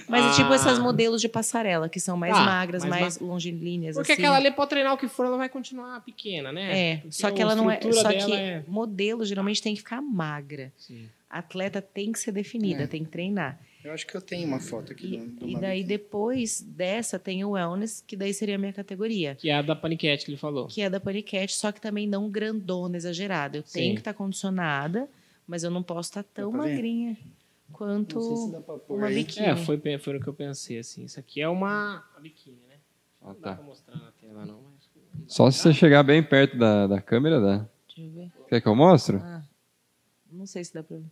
mas é tipo Ah. essas modelos de passarela, que são mais Ah, magras, mais mais, longilíneas, Porque assim. aquela ali pode treinar o que for, ela vai continuar pequena, né? É, Porque só que a ela não é... estrutura Só dela que é- assim, modelo geralmente tem que ficar magra. Sim. Atleta tem que ser definida, É. tem que treinar. Eu acho que eu tenho uma foto aqui. E, do- do e Mavi. daí depois dessa tem o wellness, que daí seria a minha categoria. Que é a da paniquete que ele falou. que é da Panicat, só que também não grandona, exagerada. Eu Sim. tenho que estar condicionada, mas eu não posso estar tão Dá pra ver? magrinha Não sei se quanto dá pra pôr uma aí. biquíni. É, foi, pe- foi o que eu pensei, assim. Isso aqui é uma a biquíni, né? Ah, Não dá pra tá. mostrar na tela, não, mas. Só se você chegar bem perto da, da câmera, dá. Deixa eu ver. Quer que eu mostro? Ah, não sei se dá pra ver.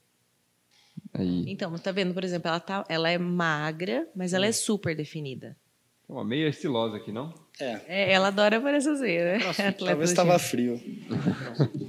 Aí. Hum. Então, tá vendo, por exemplo, ela, tá, ela é magra, mas ela é super definida. É uma meia estilosa aqui, não? É, É, ela adora aparecer assim, né? Atleta talvez do estava time. frio.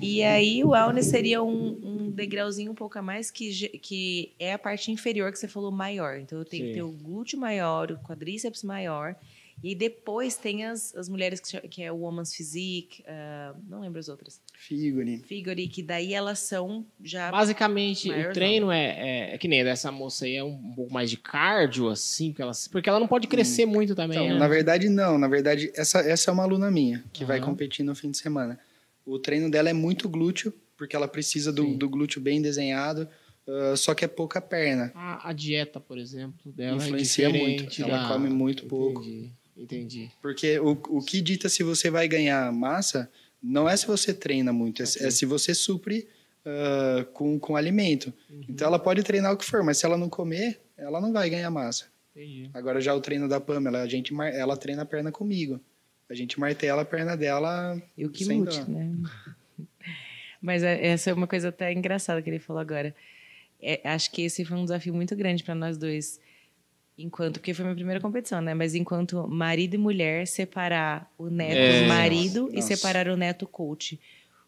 E aí o Aune seria um, um degrauzinho um pouco a mais, que, ge- que é a parte inferior que você falou maior. Então eu tenho Sim. que ter o glúteo maior, o quadríceps maior. E aí depois tem as, as mulheres que, cha- que é o Woman's Physique, ah, não lembro as outras. Figure. Figure, que daí elas são já. Basicamente, Maiorzão. o treino é, é- é que nem dessa moça aí, é um pouco mais de cardio, assim, porque ela, porque ela não pode crescer muito também. Então, né? na verdade, não. Na verdade, essa, essa é uma aluna minha, que vai Aham. competir no fim de semana. O treino dela é muito glúteo, porque ela precisa do, Sim. do glúteo bem desenhado, ah, só que é pouca perna. a, a dieta, por exemplo, dela Influencia é muito. diferente Ela da- come muito pouco. Entendi, entendi. Porque o, o que dita se você vai ganhar massa não é se você treina muito, é, se- é se você supre ah, com, com alimento. Uhum. Então ela pode treinar o que for, mas se ela não comer, ela não vai ganhar massa. Entendi. Agora já o treino da Pamela, a gente, mar- ela treina a perna comigo. A gente martela a perna dela. Eu que Sem lute, dó. né? Mas é- essa é uma coisa até engraçada que ele falou agora. É, acho que esse foi um desafio muito grande para nós dois. Enquanto, porque foi minha primeira competição, né? Mas enquanto marido e mulher, separar o neto É. marido Nossa, e nossa. separar o neto coach.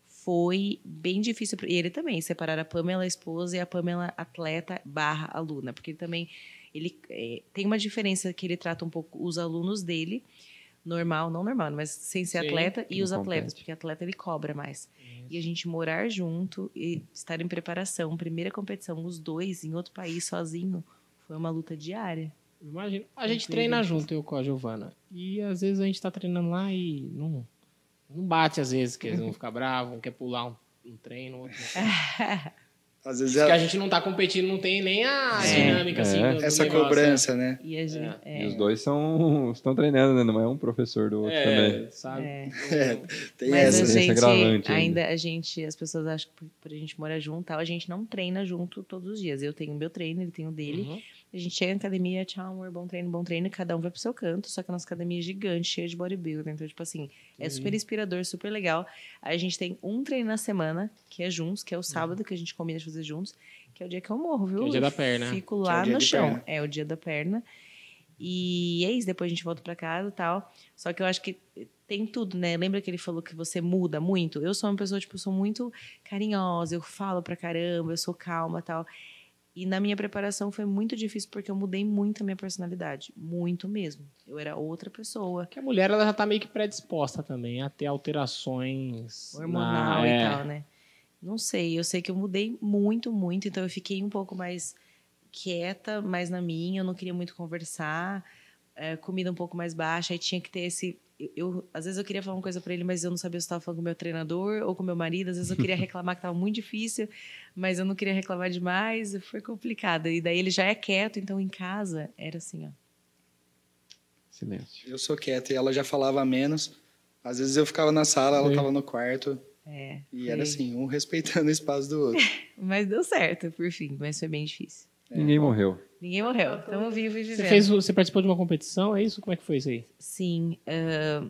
Foi bem difícil. pra- E ele também, separar a Pamela esposa e a Pamela atleta barra aluna. Porque ele também ele é, tem uma diferença que ele trata um pouco os alunos dele, normal, não normal, mas sem ser Sim. atleta, Que e os não atletas, compete. porque atleta ele cobra mais. E a gente morar junto e estar em preparação, primeira competição, os dois em outro país sozinho, foi uma luta diária. Imagina. A gente Entendi. treina junto, eu com a Giovana. E às vezes a gente tá treinando lá e não, não bate, às vezes, que eles vão ficar bravos, um quer pular um, um treino, outro. não quer. Às vezes é Porque a ela, gente não tá competindo, não tem nem a É. dinâmica, assim. É. do- do essa negócio, cobrança, né? E a gente, é, E os dois são, estão treinando, né? Não é um professor do outro É, também. sabe? é. Tem Mas assim- essa. Esse a é gente agravante ainda, ainda. a gente, as pessoas acham que por, por a gente morar junto, e tal, a gente não treina junto todos os dias. Eu tenho o meu treino, ele tem o dele. Uhum. A gente chega na academia, tchau, amor, bom treino, bom treino, e cada um vai pro seu canto, só que a nossa academia é gigante, cheia de bodybuilder, então, tipo assim, é Entendi. super inspirador, super legal. Aí a gente tem um treino na semana, que é juntos, que é o sábado, que a gente combina de fazer juntos, que é o dia que eu morro, viu? Uhum. Que é o dia Eu da perna. Fico é o lá dia no de chão. perna. É o dia da perna. E é isso, depois a gente volta pra casa e tal. Só que eu acho que tem tudo, né? Lembra que ele falou que você muda muito? Eu sou uma pessoa, tipo, eu sou muito carinhosa, eu falo pra caramba, eu sou calma e tal. E na minha preparação foi muito difícil porque eu mudei muito a minha personalidade, muito mesmo. Eu era outra pessoa, Que a mulher ela já tá meio que predisposta também a ter alterações hormonal na- e é, tal, né? Não sei, eu sei que eu mudei muito, muito, então eu fiquei um pouco mais quieta, mais na minha, eu não queria muito conversar, eh, comida um pouco mais baixa, aí tinha que ter esse eu- eu, às vezes eu queria falar uma coisa pra ele, mas eu não sabia se eu tava falando com o meu treinador ou com o meu marido. Às vezes eu queria reclamar que tava muito difícil, mas eu não queria reclamar demais. Foi complicado. E daí ele já é quieto, então em casa era assim, ó. Silêncio. Eu sou quieto e ela já falava menos. Às vezes eu ficava na sala, ela Sim. tava no quarto. É, E era foi- assim, um respeitando o espaço do outro. Mas deu certo, por fim. Mas foi bem difícil. Ninguém morreu. Ninguém morreu. Estamos vivos e vivendo. Você, fez, o- você participou de uma competição, é isso? Como é que foi isso aí? Sim. ah,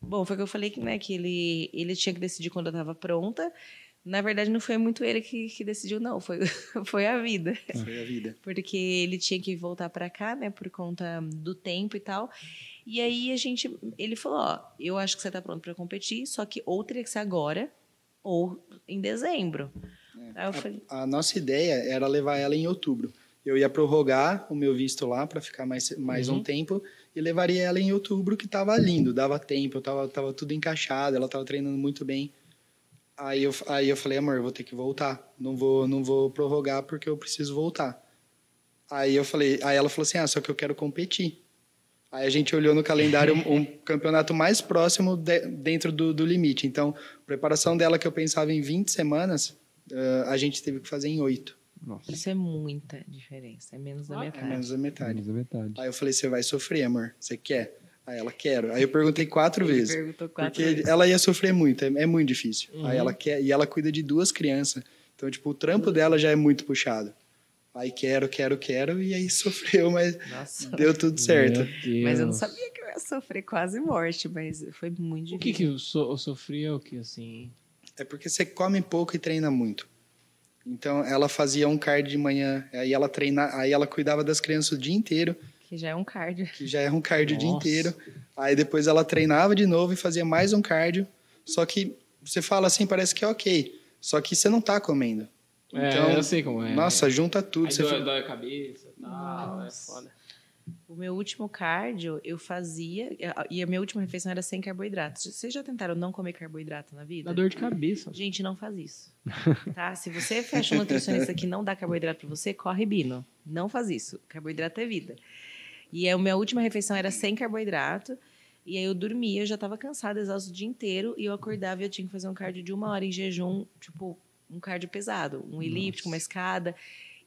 bom, foi o que eu falei que, né, que ele, ele tinha que decidir quando eu estava pronta. Na verdade, não foi muito ele que, que decidiu, não. Foi, foi a vida. Foi a vida. porque ele tinha que voltar para cá, né, por conta do tempo e tal. E aí a gente, ele falou, ó, eu acho que você tá pronto para competir, só que ou teria que ser agora ou em dezembro. Aí eu falei, A nossa ideia era levar ela em outubro. Eu ia prorrogar o meu visto lá para ficar mais, mais Uhum. um tempo e levaria ela em outubro, que tava lindo, dava tempo, tava, tava tudo encaixado, ela tava treinando muito bem. Aí eu, aí eu falei, amor, eu vou ter que voltar, não vou, não vou prorrogar porque eu preciso voltar. Aí eu falei, aí ela falou assim, ah, só que eu quero competir. Aí a gente olhou no calendário um um campeonato mais próximo de- dentro do, do limite. Então, a preparação dela que eu pensava em 20 semanas, eh, a gente teve que fazer em 8, Nossa, isso é muita diferença, é menos da Ah, é metade. menos da metade. menos a metade. Aí eu falei, você vai sofrer, amor, você quer? Aí ela, quero. Aí eu perguntei quatro Ele vezes. perguntou quatro Porque vezes. ela ia sofrer muito, é, é muito difícil. Uhum. Aí ela quer, e ela cuida de duas crianças. Então, tipo, o trampo dela já é muito puxado. Aí quero, quero, quero, e aí sofreu, mas Nossa. deu tudo certo. Meu Deus. Mas eu não sabia que eu ia sofrer quase morte, mas foi muito difícil. O que que eu, so, eu sofri, o que assim... É porque você come pouco e treina muito. Então ela fazia um cardio de manhã, aí ela treina, aí ela cuidava das crianças o dia inteiro. Que já é um cardio. que já era um cardio o dia Nossa. inteiro. Aí depois ela treinava de novo e fazia mais um cardio. Só que você fala assim, parece que é ok. Só que você não tá comendo. Então, é, eu sei como é. Nossa, junta tudo. Aí Você dói, fica- dói a cabeça e tal, é foda. O meu último cardio eu fazia, e a minha última refeição era sem carboidratos. Vocês já tentaram não comer carboidrato na vida? Dá dor de cabeça. Gente, não faz isso. Tá? Se você fecha um nutricionista que não dá carboidrato pra você, corre bino. Não faz isso. Carboidrato é vida. E a minha última refeição era sem carboidrato. E aí eu dormia, eu já tava cansada, exausto o dia inteiro. E eu acordava e eu tinha que fazer um cardio de uma hora em jejum. Tipo, um cardio pesado. Um elíptico, uma escada.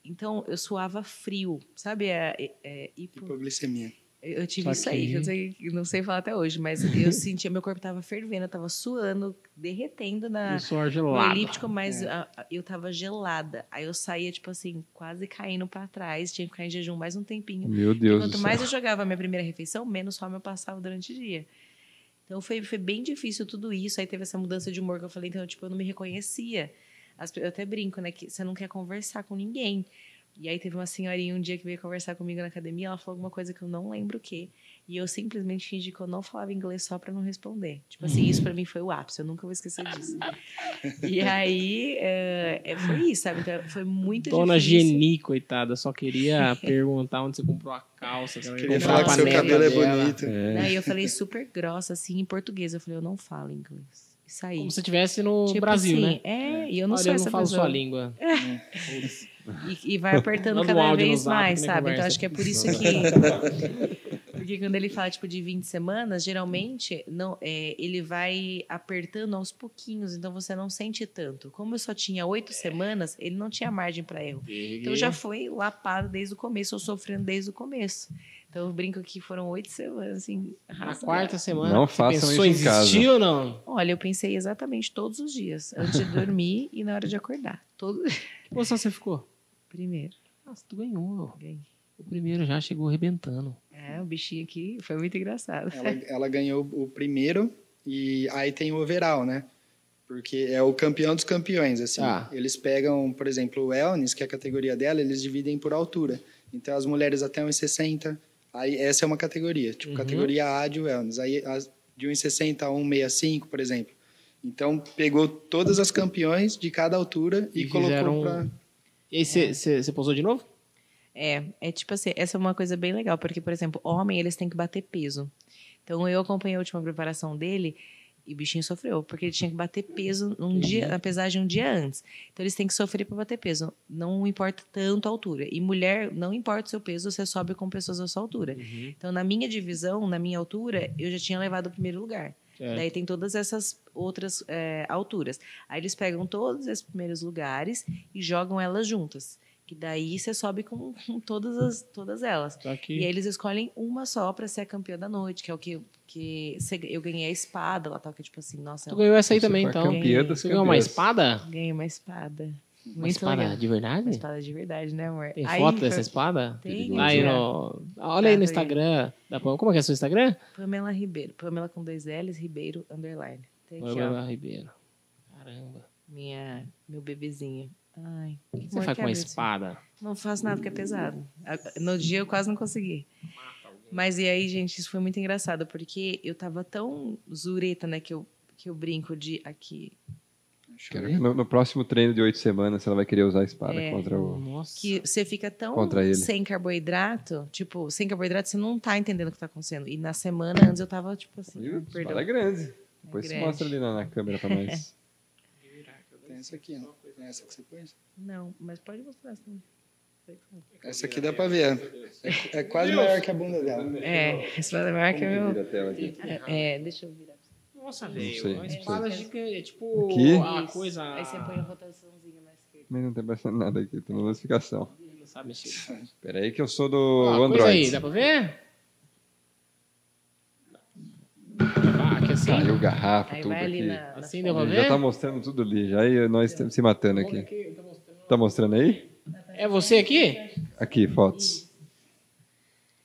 Então, eu suava frio. Sabe? É, é, é hipo- Hipoglicemia. eu tive Só isso aí, que- que eu não sei, eu não sei falar até hoje, mas eu sentia, meu corpo tava fervendo, eu tava suando, derretendo na, Um suor no gelado. É, elíptico, mas a- a- eu tava gelada. Aí eu saía, tipo assim, quase caindo pra trás, tinha que ficar em jejum mais um tempinho. Meu Deus do Quanto céu. mais eu jogava a minha primeira refeição, menos fome eu passava durante o dia. Então foi, foi bem difícil tudo isso. Aí teve essa mudança de humor que eu falei, então, tipo, eu não me reconhecia. As pe- eu até brinco, né? Que você não quer conversar com ninguém. E aí teve uma senhorinha um dia que veio conversar comigo na academia, ela falou alguma coisa que eu não lembro o quê. E eu simplesmente fingi que eu não falava inglês só pra não responder. Tipo assim, isso pra mim foi o ápice, eu nunca vou esquecer disso. E aí, é, é, foi isso, sabe? Então, foi muito Dona difícil. Geni, coitada, só queria perguntar onde você comprou a calça. que ela ia Queria comprar falar que a seu panela cabelo é dela. bonito. É. Não, né? e eu falei super grossa, assim, em português. Eu falei, eu não falo inglês. Isso aí. Como se estivesse no Tipo Brasil, assim, né? É, e eu não Olha, sou eu essa não falo pessoa. sua língua. E, e vai apertando Manda um cada áudio no vez zap, mais, né, sabe? conversa. Então acho que é por isso que. Porque quando ele fala, tipo, de 20 semanas, geralmente não, é, ele vai apertando aos pouquinhos, então você não sente tanto. Como eu só tinha oito semanas, ele não tinha margem para erro. Então já foi lapado desde o começo, ou sofrendo desde o começo. Então eu brinco que foram oito semanas, assim, Na arrasando. quarta semana, Não você façam pensou isso em casa. existir ou não? Olha, eu pensei exatamente todos os dias, antes de dormir e na hora de acordar. Todo... Que posição você ficou? Primeiro. Nossa, tu ganhou. ganhei. O primeiro já chegou arrebentando. É, o bichinho aqui foi muito engraçado. Ela, ela ganhou o primeiro e aí tem o overall, né? Porque é o campeão dos campeões, assim. Tá. Eles pegam, por exemplo, o wellness, que é a categoria dela, eles dividem por altura. Então, as mulheres até 1,60, aí essa é uma categoria, tipo, Uhum. categoria A de wellness. Aí, as, de 1,60 a 1,65, por exemplo. Então, pegou todas as campeões de cada altura e, E fizeram- um- colocou pra... E aí você- você você posou de novo? É, é tipo assim, essa é uma coisa bem legal, porque, por exemplo, homem, eles têm que bater peso. Então, eu acompanhei a última preparação dele e o bichinho sofreu, porque ele tinha que bater peso um dia, na pesagem um dia antes. Então, eles têm que sofrer para bater peso. Não importa tanto a altura. E mulher, não importa o seu peso, você sobe com pessoas da sua altura. Então, na minha divisão, na minha altura, eu já tinha levado o primeiro lugar. Certo. Daí tem todas essas outras é, alturas. Aí eles pegam todos esses primeiros lugares e jogam elas juntas. Que daí você sobe com, com todas, as, todas elas. Só E aí que eles escolhem uma só pra ser a campeã da noite, que é o que, que você- eu ganhei a espada lá, tal, que é tipo assim, nossa, tu eu ganhou essa aí Você também, foi a então. campeã das Você ganhou uma campeãs. espada? ganhei uma espada. Uma Muito espada legal. de Uma verdade? espada de verdade, né, amor? Tem Aí foto foi- dessa espada? Tem, Tá aí né? no... Olha aí no Tá aí. Instagram da Pamela. Como é que é seu Instagram? Pamela Ribeiro. Pamela com dois L's, Ribeiro, underline. Tem aqui, ó, Pamela Ribeiro. Caramba. minha, meu bebezinho. Ai, O que que você amor faz que com uma é esse? espada? Não faço nada porque é pesado. A- No dia eu quase não consegui. Mas e aí, gente, isso foi muito engraçado, porque eu tava tão zureta, né, que eu, que eu brinco de aqui. Quero ver No, no próximo treino de oito semanas, ela vai querer usar a espada É. contra o. Nossa. Que você fica tão Contra ele. sem carboidrato, tipo, sem carboidrato, você não tá entendendo o que tá acontecendo. E na semana antes eu tava, tipo assim, Ih, a perdão. espada é grande. Depois grande. você mostra ali na, na câmera pra nós. Tem essa aqui, ó. Tem essa que você pôs? Não, mas pode mostrar assim. Essa aqui dá pra ver. ó. É, é quase maior que a bunda dela. É, essa é maior que Vira eu. a tela aqui. É, deixa eu virar. Nossa, sei, velho. Uma não sei. espada gigante. É tipo Aqui? a Isso. coisa. Aí você põe a rotaçãozinha na esquerda. Mas não tá aparecendo nada aqui, tô na notificação. Não sabe mexer. Espera aí que eu sou do Ó, coisa Android. aí, dá pra ver? Ah, aqui Tá, assim. Caiu garrafa, Aí tudo vai ali aqui. na. na Assim deu foto. pra Já tá ver? mostrando tudo ali, já e nós estamos se matando aqui. Tá mostrando aí? É você aqui? Aqui, fotos.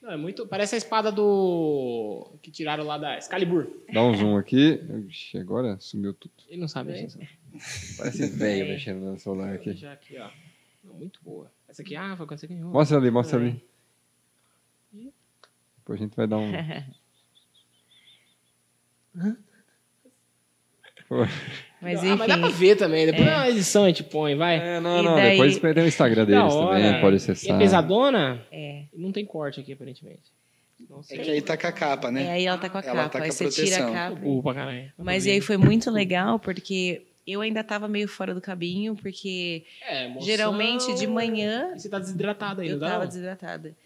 Não, é muito. Parece a espada do. que tiraram lá da Excalibur. Dá um zoom aqui. Ixi, agora sumiu tudo. Ele não É? sabe disso. Parece velho mexendo no celular Vou aqui. deixar aqui, ó. Não, Muito boa. Essa aqui, ah, foi quando você ganhou. Mostra ali, mostra ali. Depois a gente vai dar um. Pô. Mas Ah, mas dá pra enfim. É. ver também. Depois na edição a gente põe, vai. É, não, E não. daí- Depois tem o Instagram Da deles também, hora. pode E acessar. é pesadona? É. Não tem corte aqui, aparentemente. Não sei. É que aí tá com a capa, É, né? aí ela tá com a Ela capa. tá com aí a você tira a proteção. capa. Burro pra caralho. Mas e aí foi muito legal, porque eu ainda tava meio fora do caminho, porque É, emoção. geralmente de manhã E Você tá desidratado aí, eu não dá? tava não? Hum. desidratada.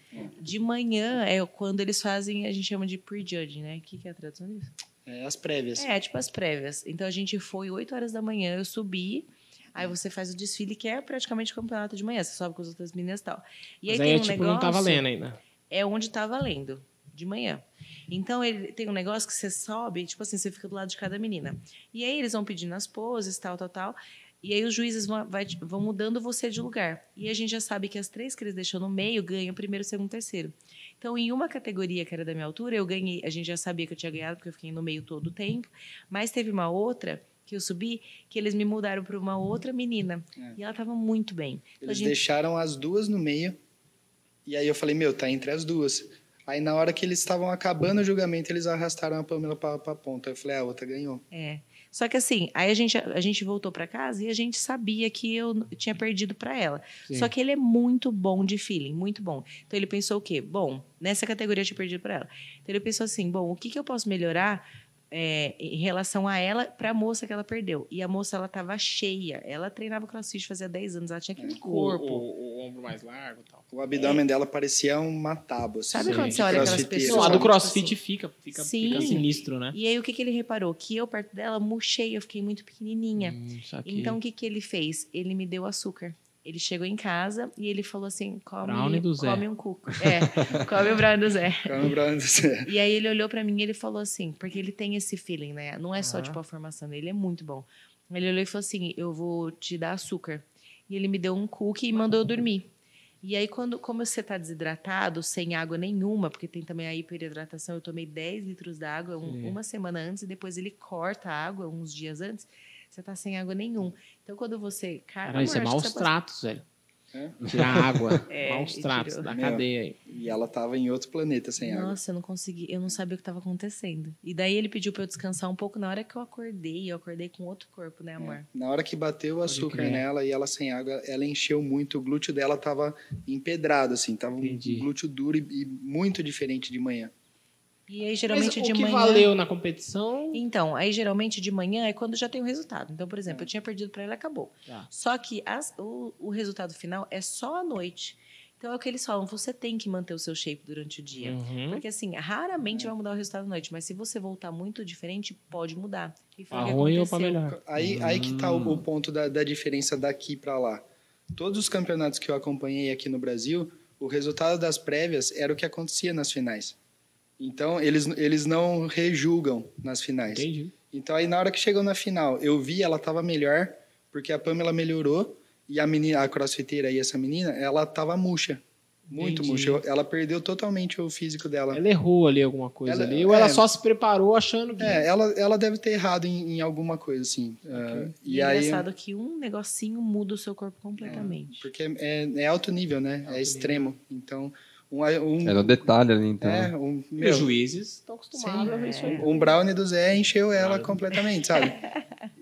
De manhã é quando eles fazem, a gente chama de pre-judge, né? O que, que é a tradução disso? É, as prévias. É, tipo as prévias. Então a gente foi 8 horas da manhã, eu subi. Aí você faz o desfile, que é praticamente campeonato de manhã. Você sobe com as outras meninas e tal. E Mas aí, aí, tem um tipo, negócio... não tá valendo ainda. É onde tá valendo, de manhã. Então ele tem um negócio que você sobe, tipo assim, você fica do lado de cada menina. E aí eles vão pedindo as poses, tal, tal, tal. E aí os juízes vão, vai- vão mudando você de lugar. E a gente já sabe que as três que eles deixam no meio ganham o primeiro, o segundo, o terceiro. Então, em uma categoria que era da minha altura, eu ganhei. A gente já sabia que eu tinha ganhado, porque eu fiquei no meio todo o tempo. Mas teve uma outra que eu subi, que eles me mudaram para uma outra menina. É. E ela tava muito bem. Então, a Eles gente deixaram as duas no meio. E aí eu falei, meu, tá entre as duas. Aí na hora que eles estavam acabando o julgamento, eles arrastaram a Pamela pra, pra ponta. Eu falei, ah, a outra ganhou. É. Só que assim, aí a gente, a gente voltou pra casa e a gente sabia que eu n- tinha perdido pra ela. Sim. Só que ele é muito bom de feeling, muito bom. Então ele pensou o quê? Bom, nessa categoria eu tinha perdido pra ela. Então ele pensou assim: bom, o que, que eu posso melhorar é, em relação a ela pra moça que ela perdeu? E a moça, ela tava cheia. Ela treinava crossfit fazia 10 anos, ela tinha aquele corpo. O, o- o ombro mais largo e tal. O abdômen dela parecia uma tábua. assim, É. Sabe de quando você olha aquelas crossfiteiro. pessoas? Não, a do tipo crossfit assim. fica, fica, Sim. fica sinistro, né? E aí o que, que ele reparou? Que eu, perto dela, murchei, eu fiquei muito pequenininha. Hum, saquei. Então, o que, que ele fez? Ele me deu açúcar. Ele chegou em casa e ele falou assim: come, Brownie do Zé. come um cuco. É, come o brownie do Zé. Ficava lembrando. assim. E aí ele olhou pra mim e ele falou assim: porque ele tem esse feeling, né? Não é só Aham. tipo a formação dele, é muito bom. Ele olhou e falou assim: eu vou te dar açúcar. E ele me deu um cookie e mandou eu dormir. E aí, quando, como você tá desidratado, sem água nenhuma, porque tem também a hiperidratação, eu tomei 10 litros d'água um- Sim. uma semana antes e depois ele corta a água uns dias antes, você tá sem água nenhum. Então, quando você. Cara, Caralho, isso é amor, acho maus que você tá tratos, velho. É? Tirar água. É, maus e tratos tirou. da Meu. cadeia aí. E ela tava em outro planeta sem água. Nossa, eu não consegui, eu não sabia o que estava acontecendo. E daí ele pediu pra eu descansar um pouco. Na hora que eu acordei, eu acordei com outro corpo, né, amor? É. Na hora que bateu o açúcar crer. nela e ela sem água, ela encheu muito. O glúteo dela tava empedrado, assim. Tava Entendi. um glúteo duro e, e muito diferente de manhã. E aí geralmente Mas de o que manhã. valeu na competição... Então, aí geralmente de manhã é quando já tem o resultado. Então, por exemplo, eu tinha perdido pra ela e acabou. É. Tá. Só que as- o, o resultado final é só à noite. Então é o que eles falam, você tem que manter o seu shape durante o dia. Uhum. É. Porque assim, raramente vai mudar o resultado à noite, mas se você voltar muito diferente, pode mudar. E foi o Pra que ruim ou pra aconteceu. melhor? Aí, aí que tá Hum. o, o ponto da, da diferença daqui para lá. Todos os campeonatos que eu acompanhei aqui no Brasil, o resultado das prévias era o que acontecia nas finais. Então, eles, eles não rejulgam nas finais. Entendi. Então aí na hora que chegou na final, eu vi ela tava melhor, porque a Pamela melhorou e a menina, a crossfiteira e essa menina, ela tava murcha. Muito Entendi. murcha. Ela perdeu totalmente o físico dela. Ela errou ali alguma coisa Ela- ali, ou ela é. só se preparou achando que... É, ela, ela deve ter errado em, em alguma coisa, assim. Ah, E, e é aí. engraçado que um negocinho muda o seu É. corpo completamente. Porque é, é alto nível, né? é extremo. Então, um. um É no detalhe ali, então. é, um, E meu, os juízes estão acostumados Sim, a ver isso aí. É. Um brownie do Zé encheu ela Claro. completamente, sabe?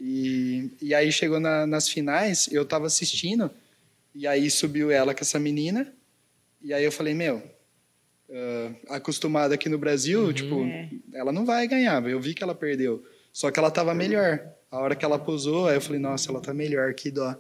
E, e aí chegou na- nas finais, eu tava assistindo, e aí subiu ela com essa menina, e aí eu falei, meu, ah, acostumado aqui no Brasil, tipo, É. ela não vai ganhar, eu vi que ela perdeu. Só que ela tava melhor. A hora que ela posou, aí eu falei, nossa, ela tá melhor, que dó.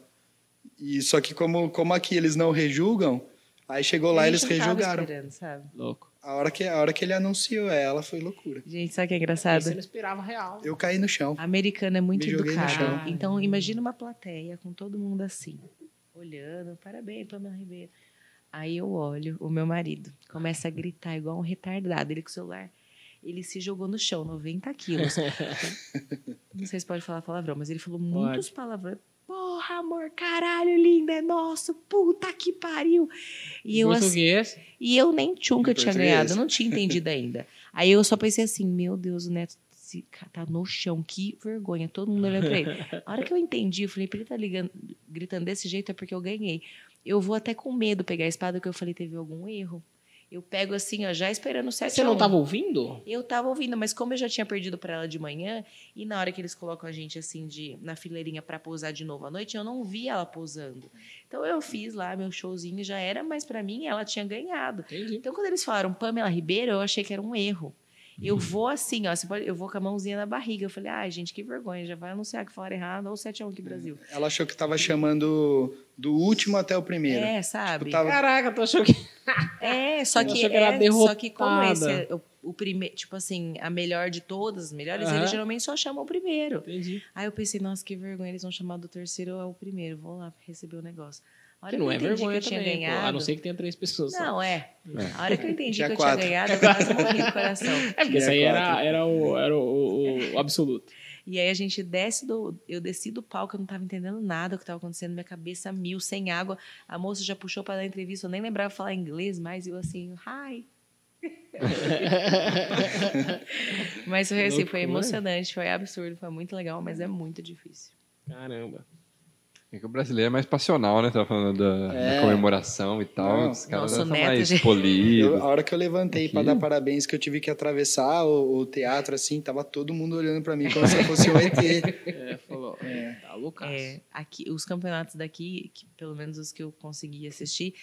E só que como, como aqui eles não rejulgam, aí chegou lá A eles gente não tava rejulgaram. esperando, sabe? Louco. A hora, que, a hora que ele anunciou é, ela, foi loucura. Gente, sabe o que é Você engraçado? não esperava real. Eu caí no chão. Americano é muito Me joguei no educado. chão. Então, imagina uma plateia com todo mundo assim, olhando, parabéns, Pamela Ribeiro. Aí eu olho, o meu marido começa a gritar igual um retardado, ele com o celular. Ele se jogou no chão, 90 quilos. Não sei se pode falar palavrão, mas ele falou muitos palavrões. Porra, amor, caralho, linda, é nosso, puta que pariu. E eu, assim, Português. E eu nem tchunca Em tinha português. ganhado, eu não tinha entendido ainda. Aí eu só pensei assim, meu Deus, o Neto se- tá no chão, que vergonha, todo mundo olhando pra ele. A hora que eu entendi, eu falei, pra ele tá ligando, gritando desse jeito é porque eu ganhei. Eu vou até com medo pegar a espada, porque eu falei, teve algum erro. Eu pego assim, ó, já esperando o 7 Você a não 1. estava ouvindo? Eu tava ouvindo, mas como eu já tinha perdido pra ela de manhã, e na hora que eles colocam a gente assim de na fileirinha pra pousar de novo à noite, eu não vi ela pousando. Então eu fiz lá meu showzinho, já era, mas pra mim ela tinha ganhado. Entendi. Então quando eles falaram Pamela Ribeiro, eu achei que era um erro. Eu Uhum. vou assim, ó, você pode- eu vou com a mãozinha na barriga. Eu falei, ai, gente, que vergonha, já vai anunciar que falaram errado, ou 7x1 É, aqui, Brasil. Ela achou que tava chamando do último até o primeiro. É, sabe? Tipo, tava- Caraca, tu achou que. É, só Eu que, achei que era é, só que como derrotada. esse é o, o primeiro, tipo assim, a melhor de todas, as melhores, Aham. eles geralmente só chamam o primeiro. Entendi. Aí eu pensei, nossa, que vergonha, eles vão chamar do terceiro ao primeiro, vou lá receber o negócio. A hora Que não eu é entendi vergonha que eu tinha também, pô, a ganhado. não ser que tenha três pessoas. só. Não, é. A hora que eu entendi Tinha que eu quatro. tinha ganhado, eu quase morri do coração. É, porque isso aí Tinha era, quatro. era, o, era o, o- o absoluto. E aí a gente desce do. Eu desci do palco, eu não tava entendendo nada do que tava acontecendo, minha cabeça mil, sem água. A moça já puxou pra dar entrevista, eu nem lembrava falar inglês, mas eu assim, hi. Mas foi assim, foi Loucura. emocionante, foi absurdo, foi muito legal, mas é muito difícil. Caramba. É que o brasileiro é mais passional, né? Tava falando da, da É. comemoração e tal. Não. Os caras Nosso são neto, mais gente. polidos. Eu- a hora que eu levantei pra Aqui. dar parabéns, que eu tive que atravessar o, o teatro, assim, tava todo mundo olhando pra mim como se eu fosse um ET. É, falou. Tá loucaço. É, aqui, os campeonatos daqui, que, pelo menos os que eu consegui assistir,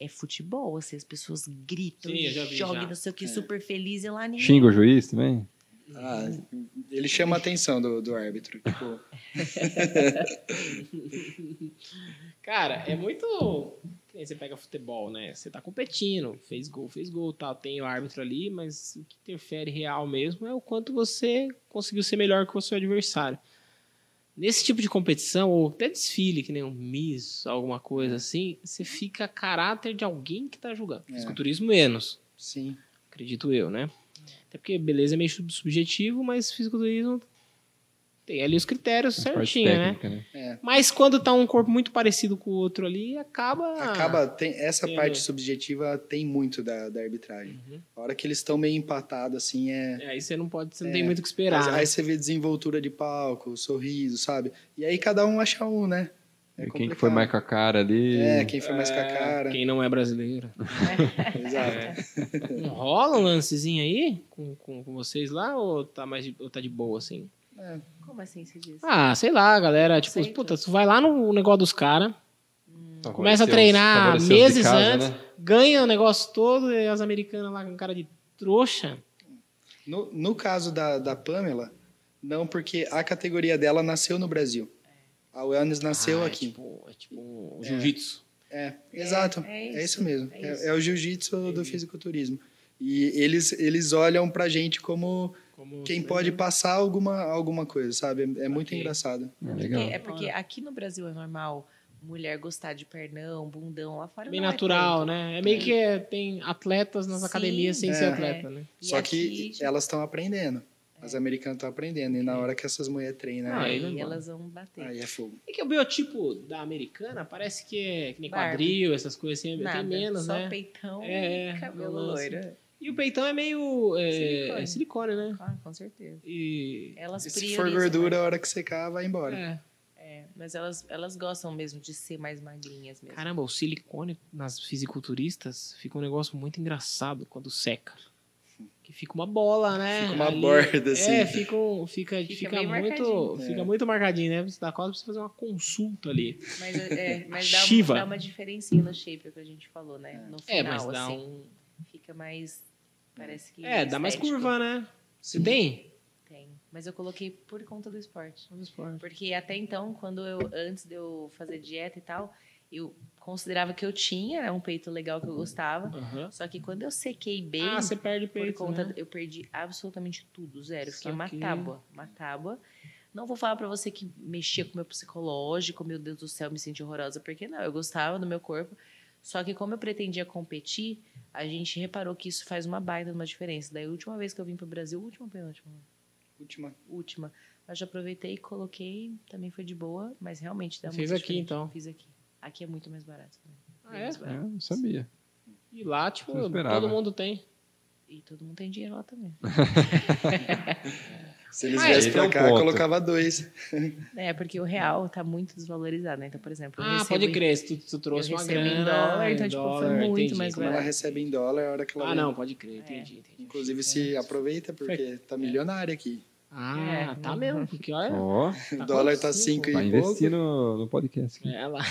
é futebol, assim, as pessoas gritam, Sim, eu já vi, jogam, já. É. não sei o que, super feliz e lá ninguém. Xinga o juiz também? Ah, ele chama a atenção do, do árbitro. Tipo, Cara, é muito. que nem Você pega futebol, né? Você tá competindo, fez gol, fez gol, tal. Tem o árbitro ali, mas o que interfere real mesmo é o quanto você conseguiu ser melhor que o seu adversário. Nesse tipo de competição, ou até desfile, que nem um Miss, alguma coisa assim, você fica a caráter de alguém que tá julgando. É. Fisiculturismo menos, sim. acredito eu, né? Até porque beleza é meio subjetivo, mas fisiculturismo tem ali os critérios As partes certinho, né? técnicas, né? Mas quando tá um corpo muito parecido com o outro ali, acaba. Acaba, tem, essa Entendeu? parte subjetiva tem muito da, da arbitragem. Uhum. A hora que eles estão meio empatados, assim, é. É, aí você não pode, você não É, tem muito o que esperar. né? Aí você vê desenvoltura de palco, sorriso, sabe? E aí cada um acha um, né? É Quem que foi complicado. mais com a cara ali? É, quem foi mais com a É, cara. Quem não é brasileiro. Exato. É. Não rola um lancezinho aí com, com, com vocês lá ou tá, mais de, ou tá de boa assim? Como assim se diz? Ah, sei lá, galera. Tipo, Aceita. puta, tu vai lá no negócio dos caras, Favoreceu começa a os- treinar favoreceu os de meses casa, antes, né? ganha o negócio todo e as americanas lá com cara de trouxa. No, no caso da, da Pamela, não, porque a categoria dela nasceu no Brasil. A Wellness nasceu Ah, É aqui. tipo, é tipo o jiu-jitsu. É, exato. é É isso, isso, mesmo. é É, isso. é o jiu-jitsu do fisiculturismo. E eles, eles olham pra gente como Como- quem pode passar alguma, alguma coisa, sabe? É, é muito é Ok. engraçado. Ah, Porque- Legal. é porque aqui no Brasil é normal mulher gostar de pernão, bundão, lá fora Bem não é natural, tanto. né? É meio que é, tem atletas nas Sim, academias sem é. ser atleta, né? E Só que é, aqui, elas estão aprendendo. As americanas estão aprendendo. E na hora que essas mulheres treinam, Ah, aí, aí É. não aí dá. é, elas vão bater. aí é fogo. É que o biotipo da americana parece que é que nem Barbie. quadril, essas coisas assim, Nada, tem menos, só né? peitão É, é, e cabelo não lança. loiro. E o peitão é meio é, Silicone. é silicone, né? Ah, com certeza. E Elas Se priorizam, né? for gordura, a hora que secar, vai embora. é, É, mas elas, elas gostam mesmo de ser mais magrinhas mesmo. caramba, o silicone nas fisiculturistas fica um negócio muito engraçado quando seca. Que fica uma bola, né? Fica uma Ali. borda, É, assim. fica, um- fica, fica, Fica bem muito, marcadinho. fica É. muito marcadinho, né? Você dá quase pra você fazer uma consulta ali. Mas, é, mas dá, Shiva. um, dá uma diferencinha no shape, é o que a gente falou, né? No final, É, mas dá assim, um. fica mais... Parece que É, dá mais estético. curva, né? Você tem? Tem, mas eu coloquei por conta do esporte. Vamos embora. Porque até então, quando eu antes de eu fazer dieta e tal, eu considerava que eu tinha né, um peito legal que eu gostava. Aham. Só que quando eu sequei bem, Ah, você perde por peito, conta né? eu perdi absolutamente tudo, zero. Eu Fiquei uma Saquei. tábua, uma tábua. Não vou falar pra você que mexia com o meu psicológico, meu Deus do céu, me senti horrorosa, porque não, eu gostava do meu corpo. Só que como eu pretendia competir, a gente reparou que isso faz uma baita de uma diferença. Daí a última vez que eu vim pro Brasil, última ou penúltima? Última. última. Mas já aproveitei e coloquei, também foi de boa, mas realmente dá Fez muito aqui, diferente. então. Fiz aqui. Aqui é muito mais barato também. Ah, Bem é? mais É, barato. não sabia. E lá, tipo, Não esperava. todo mundo tem. E todo mundo tem dinheiro lá também. Se eles Ah, viessem esse é pra o cá, ponto. colocava dois. É, porque o real tá muito desvalorizado, né? Então, por exemplo, eu Ah, recebo pode em- crer, se tu, tu trouxe eu uma recebo em grana. dólar, então, em tipo, foi dólar, muito entendi. é mais Como ela barato. É, recebe em dólar, é a hora que ela. Ah, não, pode crer, entendi, entendi. Inclusive se aproveita, porque tá milionária aqui. Ah, É. tá mesmo, porque olha. Ó, O dólar tá quanto? cinco vai e pouco. investir no, no podcast. É, lá.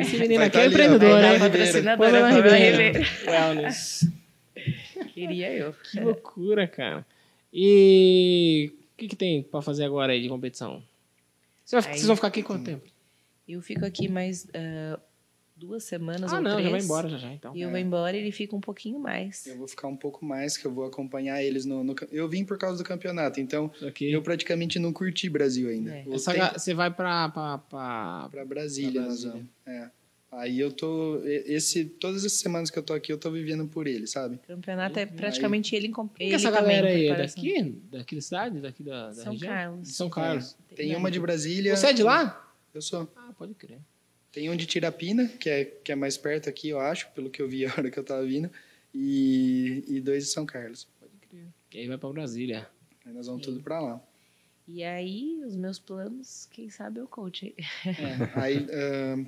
Esse menino Vai aqui tá é ali, ó, empreendedor, vai né? tá Tá Ribeiro. patrocinadora, Pamela Pamela Ribeiro. Ribeiro. Wellness. Queria eu. Que loucura, cara. E o que, que tem pra fazer agora aí de competição? Você vai- Aí- Vocês vão ficar aqui quanto tempo? Eu fico aqui mais ah, duas semanas Ah, ou não, três. já vai embora já, já então. E eu vou embora e ele fica um pouquinho mais. Eu vou ficar um pouco mais, que eu vou acompanhar eles no. no cam- eu vim por causa do campeonato, então Ok. eu praticamente não curti Brasil ainda. É. Eu Essa tenho- ga- Você vai pra. pra, pra... Pra Brasília, Pra nós Brasília. vamos. É. Aí eu tô. e- Esse, todas as semanas que eu tô aqui, eu tô vivendo por ele, sabe? O campeonato é praticamente ele em comp- Quem que ele é essa também galera em aí? É preparação. Daqui? é Daqui da cidade? Daqui da, da São região? Carlos. De São Carlos. Tem uma de Brasília. Você é de lá? Eu sou. Ah, pode crer. Tem um de Tirapina, que é, que é mais perto aqui, eu acho, pelo que eu vi a hora que eu tava vindo. E, e dois de São Carlos. E aí vai pra Brasília. Aí nós vamos tudo pra lá. E aí, os meus planos, quem sabe eu coach. É. Aí, ahn,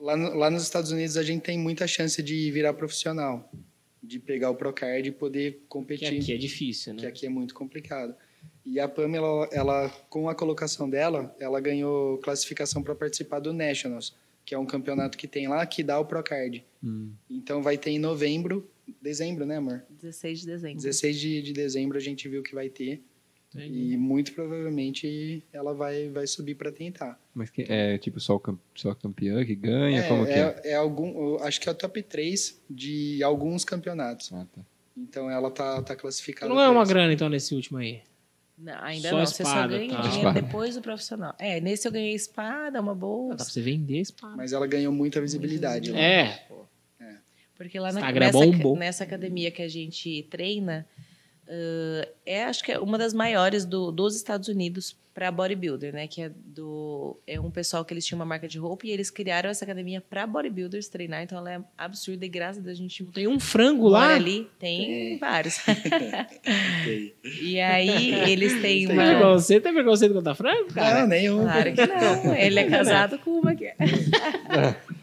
lá, no- lá nos Estados Unidos a gente tem muita chance de virar profissional, de pegar o Procard e poder Que competir. aqui é difícil, que né? aqui é muito complicado. E a Pamela, ela com a colocação dela, ela ganhou classificação para participar do Nationals, que é um campeonato que tem lá que dá o Procard. Hum. Então vai ter em novembro, dezembro, né, amor? Uhum. 16 de dezembro. 16 de, de dezembro a gente viu que vai ter Entendi. Então e muito provavelmente ela vai vai subir para tentar. Mas que, é tipo só, o cam- só a campeã que ganha? como que é? é, é algum, eu acho que é o top 3 de alguns campeonatos. Ah, tá. Então ela tá tá classificada. Não é pra uma isso. grana, então, nesse último aí. Não, ainda Só não, você só espada, ganha tá? dinheiro Espada. depois do profissional. É, nesse eu ganhei espada, uma Dá pra bolsa. você vender esse pá. Mas ela ganhou muita visibilidade né? lá. É, Porque lá na, Instagram é nessa, bombou. nessa academia que a gente treina, ãh, é acho que é uma das maiores do- dos Estados Unidos para bodybuilder, né? Que é do é um pessoal que eles tinham uma marca de roupa e eles criaram essa academia para bodybuilders treinar. Então ela é absurda e graças a Deus a gente Tem um frango mora lá. ali tem, Tem. vários. Tem. e aí eles têm Tem uma preconceito? Tem preconceito contra frango, cara? Não, nenhum. Claro que não. Ele é casado com uma que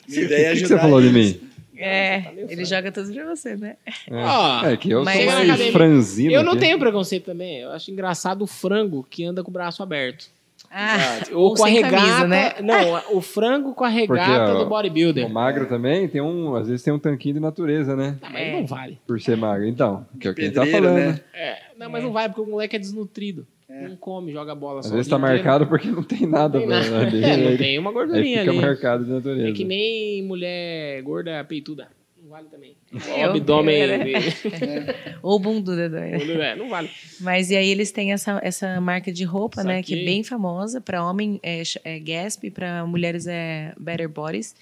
Minha ideia é O que, que ajudar você falou de eles. mim? é. valeu, Fran. Ele joga tudo pra você, né? Ó, É que eu mas sou na mais academia- franzino. eu não aqui. tenho preconceito também. Eu acho engraçado o frango que anda com o braço aberto. Ah, Ou, Ou com a sem regata. camisa, né? Não, o frango com a regata Porque, ó, do bodybuilder. O magro também tem um, às vezes tem um tanquinho de natureza, né? Ah, mas É. não vale. Por ser magro. Então, que é o que ele tá Pedreiro, falando. né? É, não, mas não vale, porque o moleque é desnutrido. Não come, joga bola Às só. o vezes dia tá inteiro. marcado porque não tem nada, Não tem nada. velho, ali. É, não Aí- tem uma Aí gordurinha fica ali. marcado de natureza. É que nem mulher gorda peituda. Não vale também. É, o abdômen. eu- né? Ou bunduda, né? é, não vale. Mas e aí eles têm essa, essa marca de roupa, né? Que é Saquei. bem famosa. Para homem é, ch- é Gasp, para mulheres é Better Bodies.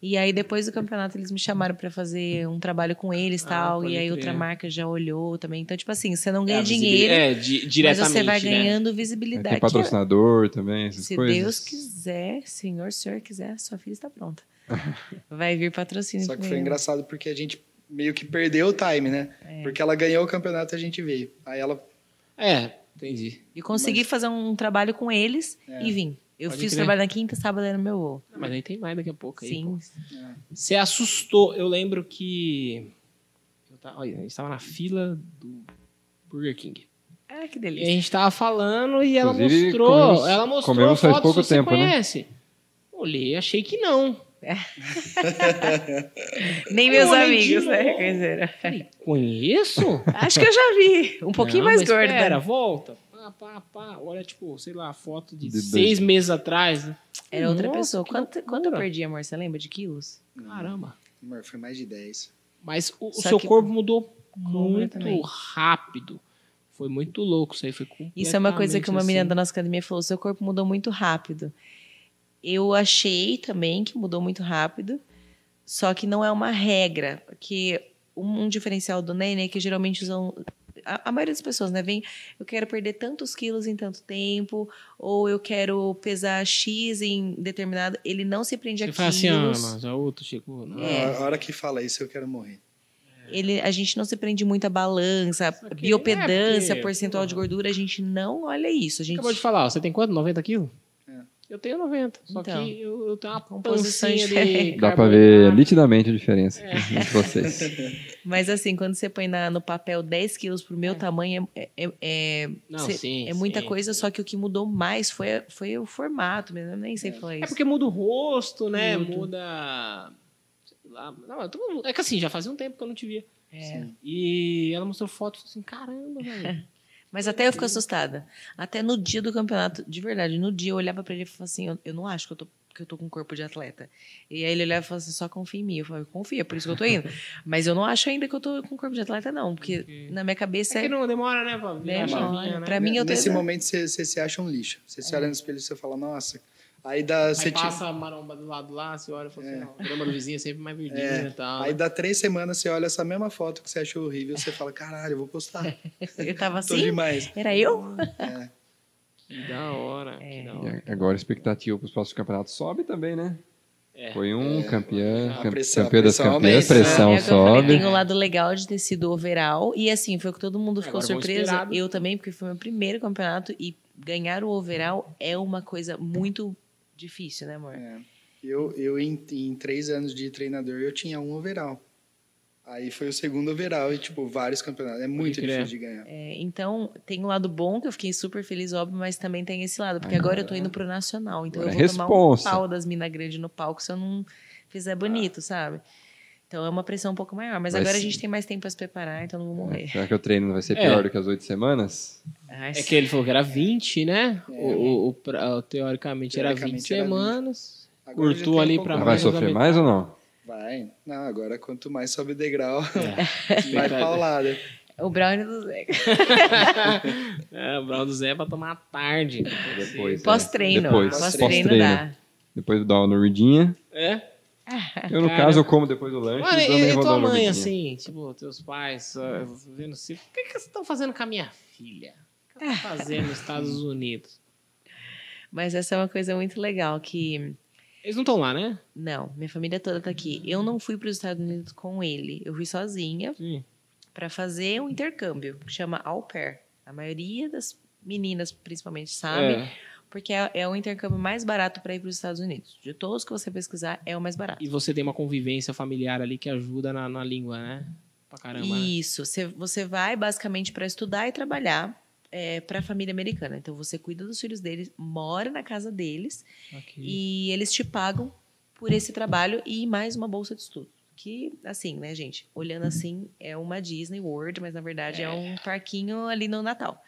E aí depois do campeonato eles me chamaram para fazer um trabalho com eles e Ah, tal. pode E aí outra crer. marca já olhou também. Então, tipo assim, você não É, ganha a dinheiro, visibilidade- É, di- mas diretamente. você vai né? ganhando Aí visibilidade. Tem que é- patrocinador também, essas se coisas. Deus quiser, senhor, senhor quiser, sua filha está pronta. Vai vir patrocínio. Só que com foi ele. engraçado porque a gente meio que perdeu o time, né? Porque ela ganhou o campeonato e a gente veio. Aí ela. É, entendi. E consegui fazer um trabalho com eles e vim. É. Eu Pode fiz o crer. trabalho na quinta, sábado era no meu voo. Ah, Mas aí tem mais daqui a pouco. Aí, Sim. Você assustou. Eu lembro que. Eu tava, olha, a gente tava na fila do Burger King. Ah, que E a delícia. gente tava falando e ela Inclusive, mostrou. comemos- ela mostrou comemos faz fotos pouco você tempo, né? conhece. Olhei, achei que não. Nem meus Eu olhei de amigos, né? novo. Conheceram. Falei, conheço? Acho que eu já vi. Um pouquinho Não, mais mas gorda. Espera, volta. Pá, pá, pá. Olha, tipo, sei lá, foto de, De dois- seis meses atrás. né? Era outra Nossa, pessoa. que Quanto, loucura. quanto eu perdi, amor? Você lembra de quilos? Caramba. Amor, foi mais de 10. Mas o, o Só seu que- corpo mudou Completamente. muito rápido. Foi muito louco isso aí. Foi Isso é uma coisa que uma completamente menina assim. da nossa academia falou. Seu corpo mudou muito rápido. Eu achei também que mudou muito rápido. Só que não é uma regra. Porque um, um diferencial do Nene é que geralmente usam... A, a maioria das pessoas, né? Vem, eu quero perder tantos quilos em tanto tempo. Ou eu quero pesar X em determinado... Ele não se prende Você a fala assim, ah, quilos. mas é outro chegou. Não. É. A hora que fala isso, eu quero morrer. ele, a gente não se prende muito a balança, Só que- biopedância, é, porque- percentual de gordura, a gente não olha isso. A gente Acabou de falar, ó, você tem quanto? 90 quilos? É. Eu tenho 90. Só Então. que eu, eu tenho uma composição Composição de diferente. Dá pra ver carboidrato. nitidamente a diferença É. entre vocês. Mas assim, quando você põe na- no papel 10 quilos pro meu tamanho, é, é- é- Não, cê- sim, é muita sim, coisa, sim. só que o que mudou mais foi, foi o formato mesmo. Eu nem sei falar É isso. porque muda o rosto, né? Muda. Muda. sei lá. Não, eu tô- é que assim, já fazia um tempo que eu não te via. É. E ela mostrou foto e falou assim: caramba, velho. Mas até eu fico assustada. Até no dia do campeonato, de verdade, no dia eu olhava pra ele e falava assim: eu, eu não acho que eu, tô, que eu tô com um corpo de atleta. E aí ele olhava e falava assim: só confia em mim. Eu falava: confia, por isso que eu tô indo. Mas eu não acho ainda que eu tô com um corpo de atleta, não. Porque na minha cabeça. É que não demora, né, pra virar a Demora. chavinha, né? Pra mim, eu tô Nesse exato. momento, você, você se acha um lixo. Você se olha no espelho e você fala, nossa. Aí dá, É. Aí você tira- passa a maromba do lado lá, você olha e fala assim: ó, a grama do vizinho é sempre mais verdinha e tal. Aí dá três semanas, você olha essa mesma foto que você achou horrível, você fala, caralho, eu vou postar. eu tava Tô assim. demais. Era eu? Que da hora. É. Que da hora. E agora a expectativa para os próximos campeonatos sobe também, né? É. Foi um campeão, A cam- pressão- campeão a das pressão campeãs, aumenta, né? pressão É o que eu falei, sobe. tem o lado legal de ter sido overall. E assim, foi o que todo mundo ficou Agora vamos surpreso. esperar, né? Eu também, porque foi meu primeiro campeonato. E ganhar o overall é uma coisa muito difícil, né, amor? É. Eu, eu em, em três anos de treinador, eu tinha um overall. Aí foi o segundo overall e, tipo, vários campeonatos. É muito crer. difícil de ganhar. É, então, tem um lado bom que eu fiquei super feliz, óbvio, mas também tem esse lado. Porque agora eu tô indo pro Nacional. Então Agora eu vou é responsa. tomar um pau das minas grandes no palco se eu não fizer bonito, sabe? Então é uma pressão um pouco maior. Mas Vai agora a ser- gente tem mais tempo pra se preparar, então não vou morrer. Será que o treino não vai ser É. pior do que as oito semanas? Ai, É que ele falou que era 20, né? É. O, o- o pra- o- teoricamente, era 20 Teoricamente era semanas. Agora Curtou já tem um ali pouco pra Ela vai mais. mais ou sofrer menos. mais ou não? Vai. Não, agora quanto mais sobe o degrau, É. vai Verdade. paulada. O Brownie do Zé. É, o Brau do Zé pra tomar à tarde. Depois. é. Pós-treino. Depois, Pós-treino pós-treino. dá. Depois dá uma noridinha. É? Eu, no Cara. caso, eu como depois do lanche Mano, e e, também e vou dar tua uma mãe, noridinha. assim, tipo, teus pais, ah, vendo se. O que, que vocês estão fazendo com a minha filha? O que ela tá fazendo nos Estados Unidos? Mas essa é uma coisa muito legal que. Eles não estão lá, né? Não, minha família toda tá aqui. Eu não fui para os Estados Unidos com ele. Eu fui sozinha Sim. para fazer um intercâmbio que chama au pair. A maioria das meninas, principalmente, sabe, É. porque é, é o intercâmbio mais barato para ir para os Estados Unidos. De todos que você pesquisar, é o mais barato. E você tem uma convivência familiar ali que ajuda na, na língua, né? Pra caramba. né? Isso, você, você vai basicamente para estudar e trabalhar para a família americana. Então você cuida dos filhos deles, mora na casa deles Aqui. E eles te pagam por esse trabalho e mais uma bolsa de estudo. Que, assim, né, gente? Olhando assim, é uma Disney World, mas na verdade é, um parquinho ali no Natal.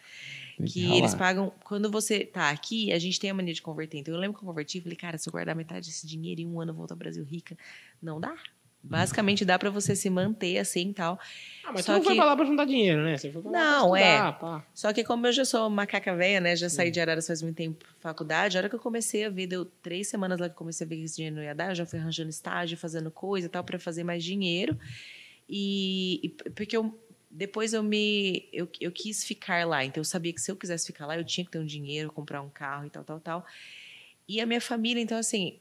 Tem Que ralar. eles pagam. Quando você tá aqui, a gente tem a mania de converter. Então eu lembro que eu converti e falei, cara, se eu guardar metade desse dinheiro e um ano eu volto ao Brasil rica, não dá. Basicamente dá pra você se manter assim e tal. Ah, mas tu Só não foi que- pra lá pra juntar dinheiro, né? Você foi pra lá Não, pra é. estudar, pá. Só que como eu já sou macaca velha, né? Já saí de Araras faz muito tempo pra faculdade. A hora que eu comecei a ver, deu três semanas lá que eu comecei a ver que esse dinheiro não ia dar. Eu já fui arranjando estágio, fazendo coisa e tal, para fazer mais dinheiro. E, e p- porque eu, depois eu me... Eu, eu quis ficar lá. Então, eu sabia que se eu quisesse ficar lá, eu tinha que ter um dinheiro, comprar um carro e tal, tal, tal. E a minha família, então, assim...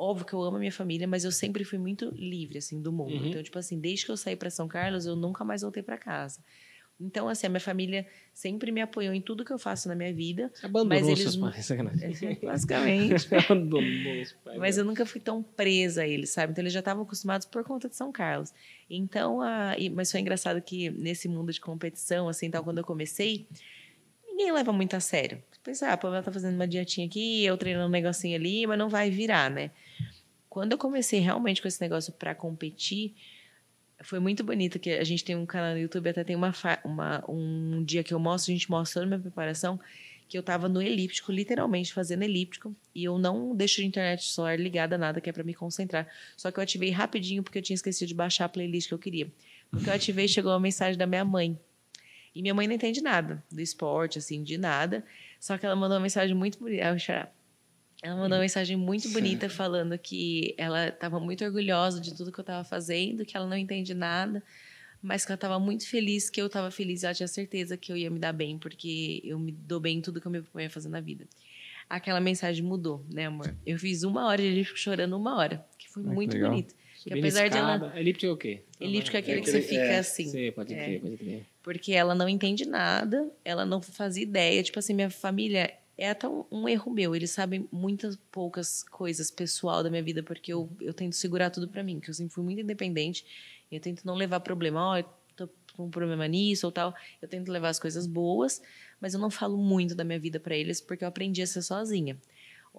Óbvio que eu amo a minha família, mas eu sempre fui muito livre, assim, do mundo. Uhum. Então, tipo assim, desde que eu saí para São Carlos, eu nunca mais voltei para casa. Então, assim, a minha família sempre me apoiou em tudo que eu faço na minha vida, Você abandonou Mas eles seus não- pais, sacanagem. basicamente. Você abandonou os pais. Mas eu nunca fui tão presa a eles, sabe? Então eles já estavam acostumados por conta de São Carlos. Então, a... e- mas foi engraçado que nesse mundo de competição, assim, tal, quando eu comecei, ninguém leva muito a sério. Pensa, ah, a Pamela tá fazendo uma dietinha aqui, eu treinando um negocinho ali, mas não vai virar, né? Quando eu comecei realmente com esse negócio para competir, foi muito bonito que a gente tem um canal no YouTube, até tem uma, fa- uma- um dia que eu mostro, a gente mostra toda a minha preparação, que eu tava no elíptico, literalmente fazendo elíptico, e eu não deixo a internet solar ligada, nada, que é para me concentrar. Só que eu ativei rapidinho, porque eu tinha esquecido de baixar a playlist que eu queria. Porque eu ativei, chegou uma mensagem da minha mãe. E minha mãe não entende nada do esporte, assim, de nada. Só que ela mandou uma mensagem muito bonita. Eu vou chorar. Ela mandou uma mensagem muito bonita falando que ela estava muito orgulhosa de tudo que eu estava fazendo, que ela não entende nada, mas que ela estava muito feliz, que eu estava feliz e ela tinha certeza que eu ia me dar bem, porque eu me dou bem em tudo que eu me proponho a fazer na vida. Aquela mensagem mudou, né, amor? Eu fiz uma hora e a gente ficou chorando uma hora, que foi Ah, que muito legal. bonito. Subindo apesar de escada. Elíptica é o quê? Elíptica é aquele É que você aquele- fica é, assim. Sei, pode É. crer, pode crer. Porque ela não entende nada, ela não fazia ideia. Tipo assim, minha família é até um, um erro meu. Eles sabem muitas poucas coisas pessoal da minha vida, porque eu, eu tento segurar tudo pra mim, que eu sempre fui muito independente. E eu tento não levar problema, ó, eu tô com um problema nisso ou tal. Eu tento levar as coisas boas, mas eu não falo muito da minha vida pra eles, porque eu aprendi a ser sozinha.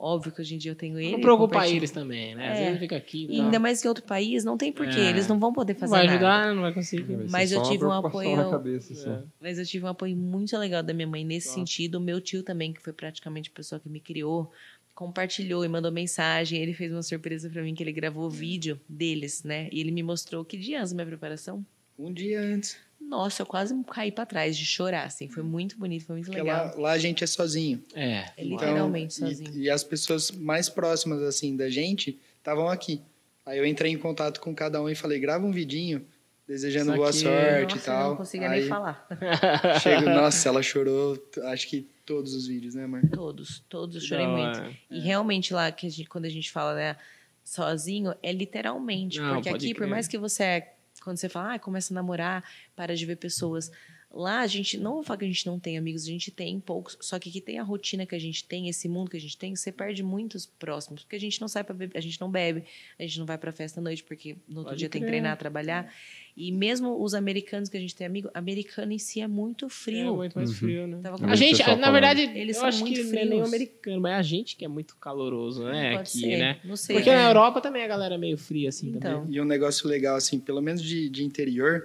Óbvio que hoje em dia eu tenho ele. Não preocupar compartilho. eles também, né? Às É. vezes fica aqui. E ainda mais que em outro país, não tem porquê. É. Eles não vão poder não fazer vai nada. ajudar, não vai Uhum. conseguir. Mas eu tive um apoio- Na cabeça, só. É. Mas eu tive um apoio muito legal da minha mãe nesse Nossa. sentido. Meu tio também, que foi praticamente a pessoa que me criou, compartilhou e mandou mensagem. Ele fez uma surpresa pra mim que ele gravou o vídeo deles, né? E ele me mostrou que dia antes da minha preparação. Um dia antes. Nossa, eu quase caí pra trás de chorar, assim. Foi muito bonito, foi muito Porque legal. lá, lá a gente é sozinho. É. É literalmente Então, e- sozinho. E, as pessoas mais próximas, assim, da gente, estavam aqui. Aí eu entrei em contato com cada um e falei, grava um vidinho, desejando Isso boa aqui. sorte e Nossa, tal. eu não conseguia Aí nem falar. chego- nossa, ela chorou, t- acho que todos os vídeos, né, amor? Todos, todos, eu chorei Não, muito. é. E realmente lá, que a gente- quando a gente fala, né, sozinho, é literalmente. Não, porque pode aqui, por crer. mais que você, é- quando você fala, ah, começa a namorar, para de ver pessoas. Lá a gente, não vou falar que a gente não tem amigos, a gente tem poucos. Só que aqui tem a rotina que a gente tem, esse mundo que a gente tem, você perde muitos próximos. Porque a gente não sai pra beber, a gente não bebe, a gente não vai pra festa à noite, porque no outro Pode dia tem que crer. treinar, trabalhar. E mesmo os americanos que a gente tem amigo, americano em si é muito É frio. muito mais Uhum. frio, né? Tava A Muito gente, pessoal na falando. verdade, Eles eu são acho que muito não é nem o frios. americano, mas é a gente que é muito caloroso, né? Pode aqui, ser, né? Não sei. Porque né? na Europa também a galera é meio fria, assim, Então. também. E um negócio legal, assim, pelo menos de, de interior,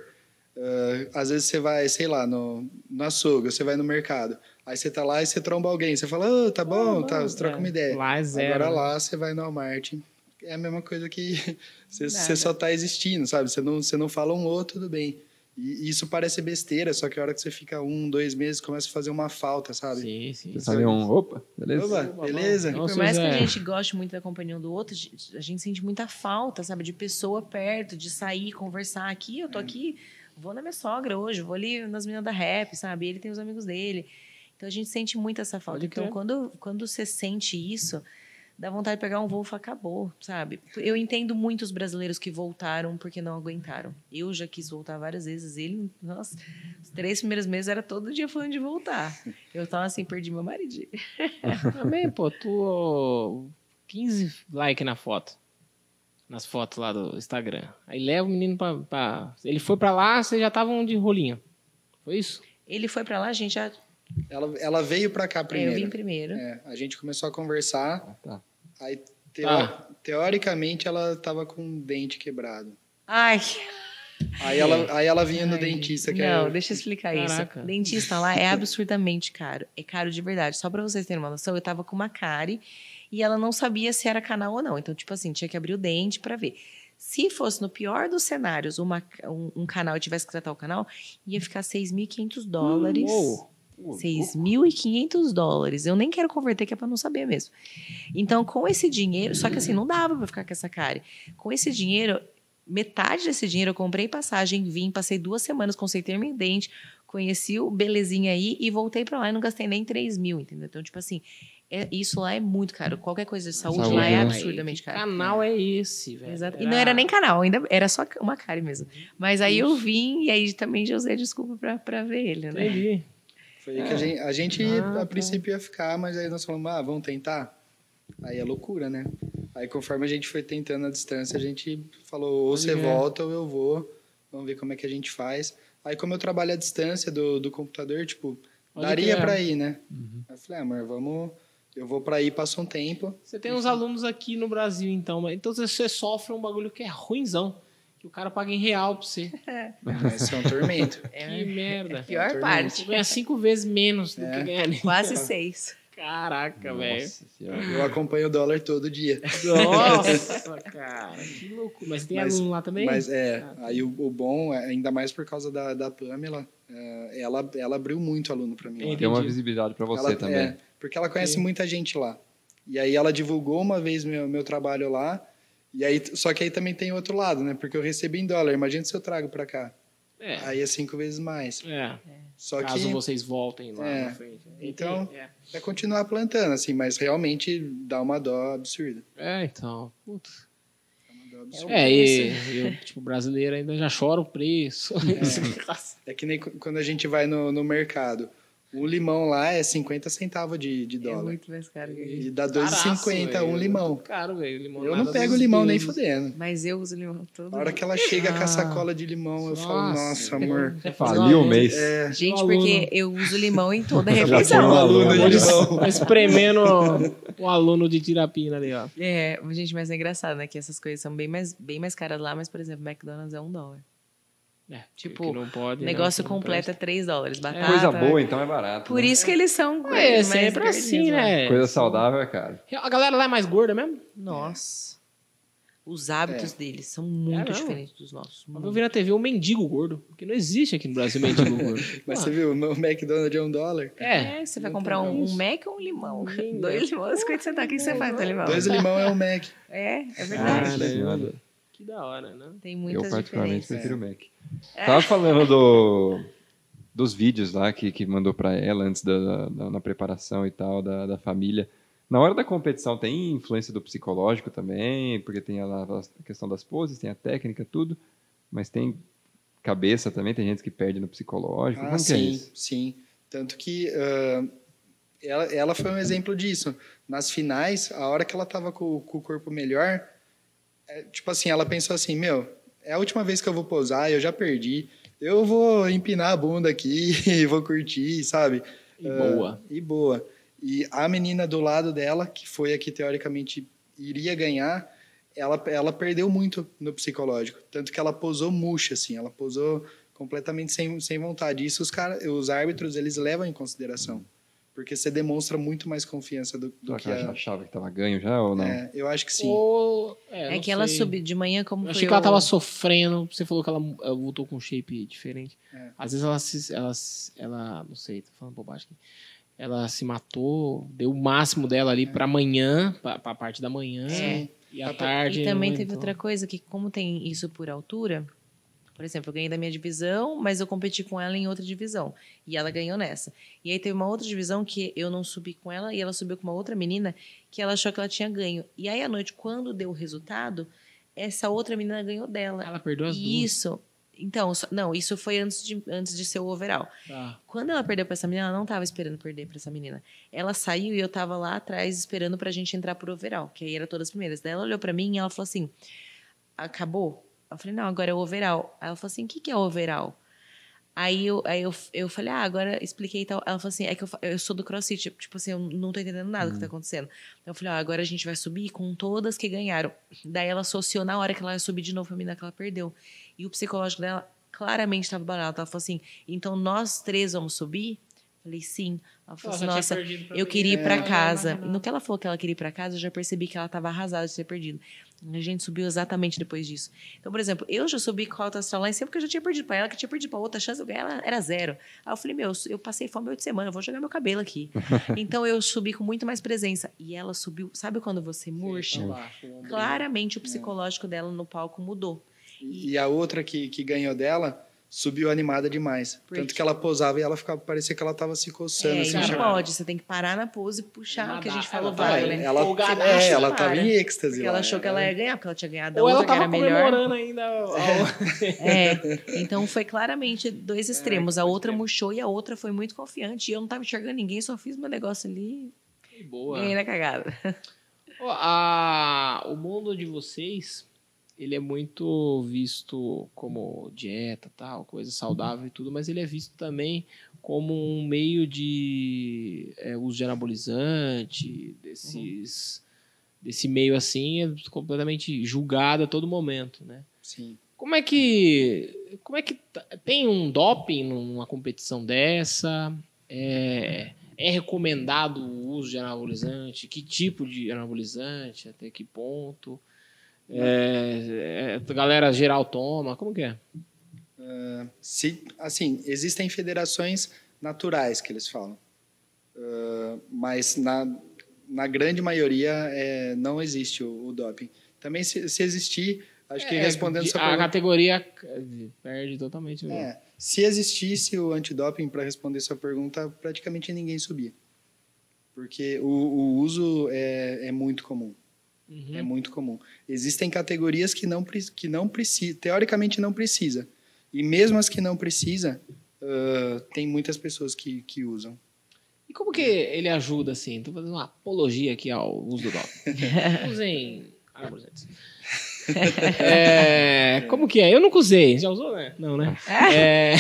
ah, às vezes você vai, sei lá, no, no açougue, você vai no mercado, aí você tá lá e você tromba alguém, você fala, "Ô, tá bom, tá, você troca uma ideia. Lá é zero. Agora lá, você vai no Walmart, é a mesma coisa que você, Nada. você só tá existindo, sabe? Você não, você não fala um ou tudo bem. E isso parece besteira, só que a hora que você fica um, dois meses, começa a fazer uma falta, sabe? Sim, sim. Você sabe um. Opa, beleza? Opa, beleza? Não, Por seu mais que Zé. a gente goste muito da companhia um do outro, a gente sente muita falta, sabe? De pessoa perto, de sair, conversar aqui. É. Eu tô aqui, vou na minha sogra hoje, vou ali nas meninas da rap, sabe? Ele tem os amigos dele. Então a gente sente muito essa falta. Pode Então crer. quando, quando você sente isso, dá vontade de pegar um voo e falar, acabou, sabe? Eu entendo muito os brasileiros que voltaram porque não aguentaram. Eu já quis voltar várias vezes. Ele, nossa, os três primeiros meses era todo dia falando de voltar. Eu tava assim, perdi meu marido. Também, pô, tu. 15 likes na foto. Nas fotos lá do Instagram. Aí leva o menino pra. pra- Ele foi pra lá, vocês já estavam de rolinho. Foi isso? Ele foi pra lá, a gente já Ela, ela veio pra cá É, Eu vim primeiro. primeiro. É, a gente começou a conversar, Ah, tá. aí teo- Ah. teoricamente ela tava com um dente quebrado. Ai, Aí ela, aí ela vinha É no ai, dentista, que Não, é- deixa eu explicar Caraca. isso. Dentista lá é absurdamente caro. É caro de verdade. Só pra vocês terem uma noção, eu tava com uma cárie e ela não sabia se era canal ou não. Então, tipo assim, tinha que abrir o dente pra ver. Se fosse no pior dos cenários, uma, um, um canal, eu tivesse que tratar o canal, ia ficar 6.500 dólares. Uou. 6.500 dólares. Eu nem quero converter, que é pra não saber mesmo. Então, com esse dinheiro, só que assim, não dava pra ficar com essa cara. Com esse dinheiro, metade desse dinheiro eu comprei passagem, vim, passei duas semanas, consertei meu dente, conheci o belezinha aí e voltei pra lá e não gastei nem 3 mil, entendeu? Então, tipo assim, é- isso lá é muito caro. Qualquer coisa de saúde, Saúde, lá é né? absurdamente Que caro. canal é esse, velho? Exato. E não era nem canal, ainda era só uma cara mesmo. Mas aí eu vim e aí também já usei desculpa pra, pra ver ele, né? Entendi. Foi aí que a gente, a, gente, Ah, tá. a princípio ia ficar, mas aí nós falamos, ah, vamos tentar? Aí é loucura, né? Aí conforme a gente foi tentando a distância, a gente falou, ou Pode você ver. volta ou eu vou, vamos ver como é que a gente faz. Aí como eu trabalho à distância do, do computador, tipo, Pode daria crer. pra ir, né? Aí eu falei, ah, amor, vamos... Eu vou pra aí, passa um tempo. Você tem uns alunos aqui no Brasil, então. mas- Então você sofre um bagulho que é ruinzão. Que o cara paga em real pra você. Mas isso é um tormento. Que merda. Pior Tormento. Você parte. ganha cinco vezes menos do É. que ganha. ali. Quase seis. Caraca, velho. Nossa senhora. Eu acompanho o dólar todo dia. Nossa, cara. Que louco. Mas tem Mas- aluno lá também? Mas é, Ah, aí o, o bom, é, ainda mais por causa da, da Pamela, é, ela, ela abriu muito aluno pra mim. lá. Entendi. Deu uma visibilidade pra você Ela- também. é, porque ela conhece Sim. muita gente lá. E aí ela divulgou uma vez meu, meu trabalho lá. E aí, só que aí também tem outro lado, né? Porque eu recebi em dólar. Imagina se eu trago pra cá. É. Aí é cinco vezes mais. é. Só Caso que vocês voltem lá É. na frente. Então- É, é continuar plantando, assim, mas realmente dá uma dó absurda. É, então. Putz. Dá uma dó absurdo. É, e eu, tipo, brasileiro ainda já chora o preço. É que nem qu- quando a gente vai no, no mercado. Um limão lá é 50 centavos de, de É dólar. muito mais caro que isso. E dá Caraço, 2,50 um velho. limão. Muito é Caro, velho. limonada Eu não dos pego limão nem deuses. fudendo. Mas eu uso limão todo. Na hora que ela chega com Ah. a sacola de limão, eu falo, nossa, amor. Já foi Faliu o uma mês. É, Gente, Sou porque aluno. eu uso limão em toda a Já foi um um refeição. aluno aluno agora. de limão. Tá espremendo o aluno de Tirapina ali, ó. É, gente, mas é engraçado, né? Que essas coisas são bem mais, bem mais caras lá, mas, por exemplo, McDonald's é um dólar. É, Tipo, que não pode, né, Negócio que não completo é três dólares. Batata. Coisa boa, então é barato. Ah, tá. Por né? isso que eles são. presta. É, mais sempre gordinhos assim, lá. né? Coisa saudável é caro. A galera lá é mais gorda mesmo? Nossa. Os hábitos deles são muito É, não. diferentes dos nossos. Eu muito. vi na TV um mendigo gordo, porque não existe aqui no Brasil mendigo gordo. Mas Ah, você viu, o McDonald's é um dólar. É, É, você vai comprar um, um Mac ou um limão? Limão. Dois limões, 50 centavos. O que que você faz com o limão? Dois limão é um Mac. É, é verdade. Nossa né? senhora. que da hora, né? Tem Eu muitas particularmente É, diferenças. prefiro o Mac. Tava falando do, dos vídeos lá que, que mandou pra ela antes da, da- na preparação e tal, da, da família. Na hora da competição tem influência do psicológico também, porque tem a, lá a questão das poses, tem a técnica, tudo, mas tem cabeça também, tem gente que perde no psicológico. Ah, Como que é sim, isso? sim. Tanto que ah, ela, ela foi um exemplo disso. Nas finais, a hora que ela tava com, com o corpo melhor, é, tipo assim, ela pensou assim, meu, é a última vez que eu vou posar, eu já perdi, eu vou empinar a bunda aqui e vou curtir, sabe? É. E Ah, boa. E boa. E a menina do lado dela, que foi a que teoricamente iria ganhar, ela, ela perdeu muito no psicológico. Tanto que ela posou murcha, assim, ela posou completamente sem, sem vontade. Isso os, cara, os árbitros, eles levam em consideração. Porque você demonstra muito mais confiança do, do Será que que ela a... achava que tava ganho já ou não? É, eu acho que sim. Ou- É não que ela sei. subiu de manhã como Eu foi achei que ela o- tava sofrendo. Você falou que ela eh, voltou com um shape diferente. É. Às vezes ela se. Ela, se- ela. Não sei, tô falando bobagem aqui. Ela se matou, deu o máximo dela ali pra amanhã, pra, pra parte da manhã. É. E à tarde. E também não, teve então. outra coisa que, como tem isso por altura, por exemplo, eu ganhei da minha divisão, mas eu competi com ela em outra divisão. E ela ganhou nessa. E aí teve uma outra divisão que eu não subi com ela, e ela subiu com uma outra menina que ela achou que ela tinha ganho. E aí à noite, quando deu o resultado, essa outra menina ganhou dela. Ela perdeu as E duas. isso. Então, só- não, isso foi antes de, antes de ser o overall. Tá. Quando ela perdeu pra essa menina, ela não tava esperando perder pra essa menina. Ela saiu e eu tava lá atrás esperando pra gente entrar por overall, que aí era todas as primeiras. Daí ela olhou pra mim e ela falou assim: acabou? Eu falei, não, agora é o overall. Aí ela falou assim: o que, que é overall? Aí eu, aí eu, eu falei, ah, agora expliquei e tal. Ela falou assim: é que eu, fa- eu sou do crossfit, tipo assim, eu não tô entendendo nada do que tá acontecendo. Eu falei, ó, agora a gente vai subir com todas que ganharam. Daí ela associou na hora que ela ia subir de novo a menina que ela perdeu. E o psicológico dela claramente estava barato. Ela falou assim: então nós três vamos subir? Falei, sim. Ela falou assim: nossa, eu queria ir É. pra né? casa. E no que ela falou que ela queria ir pra casa, eu já percebi que ela tava arrasada de ter perdido. A gente subiu exatamente depois disso. Então, por exemplo, eu já subi com a alta astral lá em cima porque eu já tinha perdido pra ela, que tinha perdido pra outra chance, eu ganhei, ela era zero. Aí eu falei, meu, eu passei fome oito semanas, eu vou jogar meu cabelo aqui. então eu subi com muito mais presença. E ela subiu, sabe quando você murcha? né? Claramente o psicológico dela no palco mudou. E e a outra que, que ganhou dela subiu animada demais. Por Tanto quê? que ela posava e ela ficava, parecia que ela tava se coçando. É, e assim, não Caralho. tipo, pode, você tem que parar na pose e puxar o que a gente Nadar. falou, Ela é. vai, vai, né? ela, Folgadaça, é, ela para. tava em êxtase. Porque lá, é. ela achou que ela ia ganhar, porque ela tinha ganhado a Ou ela outra, que tava era melhor. comemorando ainda. a- a- É, então foi claramente dois extremos. A outra murchou e a outra foi muito confiante. E eu não tava enxergando ninguém, só fiz meu negócio ali Que Boa. ganhei na cagada. Ó, a- o mundo de vocês, ele é muito visto como dieta, tal, coisa saudável e tudo, mas ele é visto também como um meio de é, uso de anabolizante, desses, desse meio assim, é completamente julgado a todo momento, né? Sim. Como é que. Como é que. tá- Tem um doping numa competição dessa? É, é recomendado o uso de anabolizante? Que tipo de anabolizante? Até que ponto? É, é, a galera geral toma? Como que é? Se, assim, existem federações naturais que eles falam. Ah, mas na, na grande maioria é, não existe o, o doping. Também se, se existir, acho que É, respondendo de- sua A pergunta. categoria eh, perde totalmente. né? É, se existisse o antidoping para responder sua pergunta, praticamente ninguém subia. Porque o, o uso é, é muito comum. Uhum. É muito comum. Existem categorias que não, pre- que não precisa, teoricamente não precisa. E mesmo as que não precisa, ah, tem muitas pessoas que, que usam. E como que ele ajuda, assim? Tô fazendo uma apologia aqui ao uso do doping. Usem árvores antes. É, como que é? Eu nunca usei. Já usou, né? Não, né? É,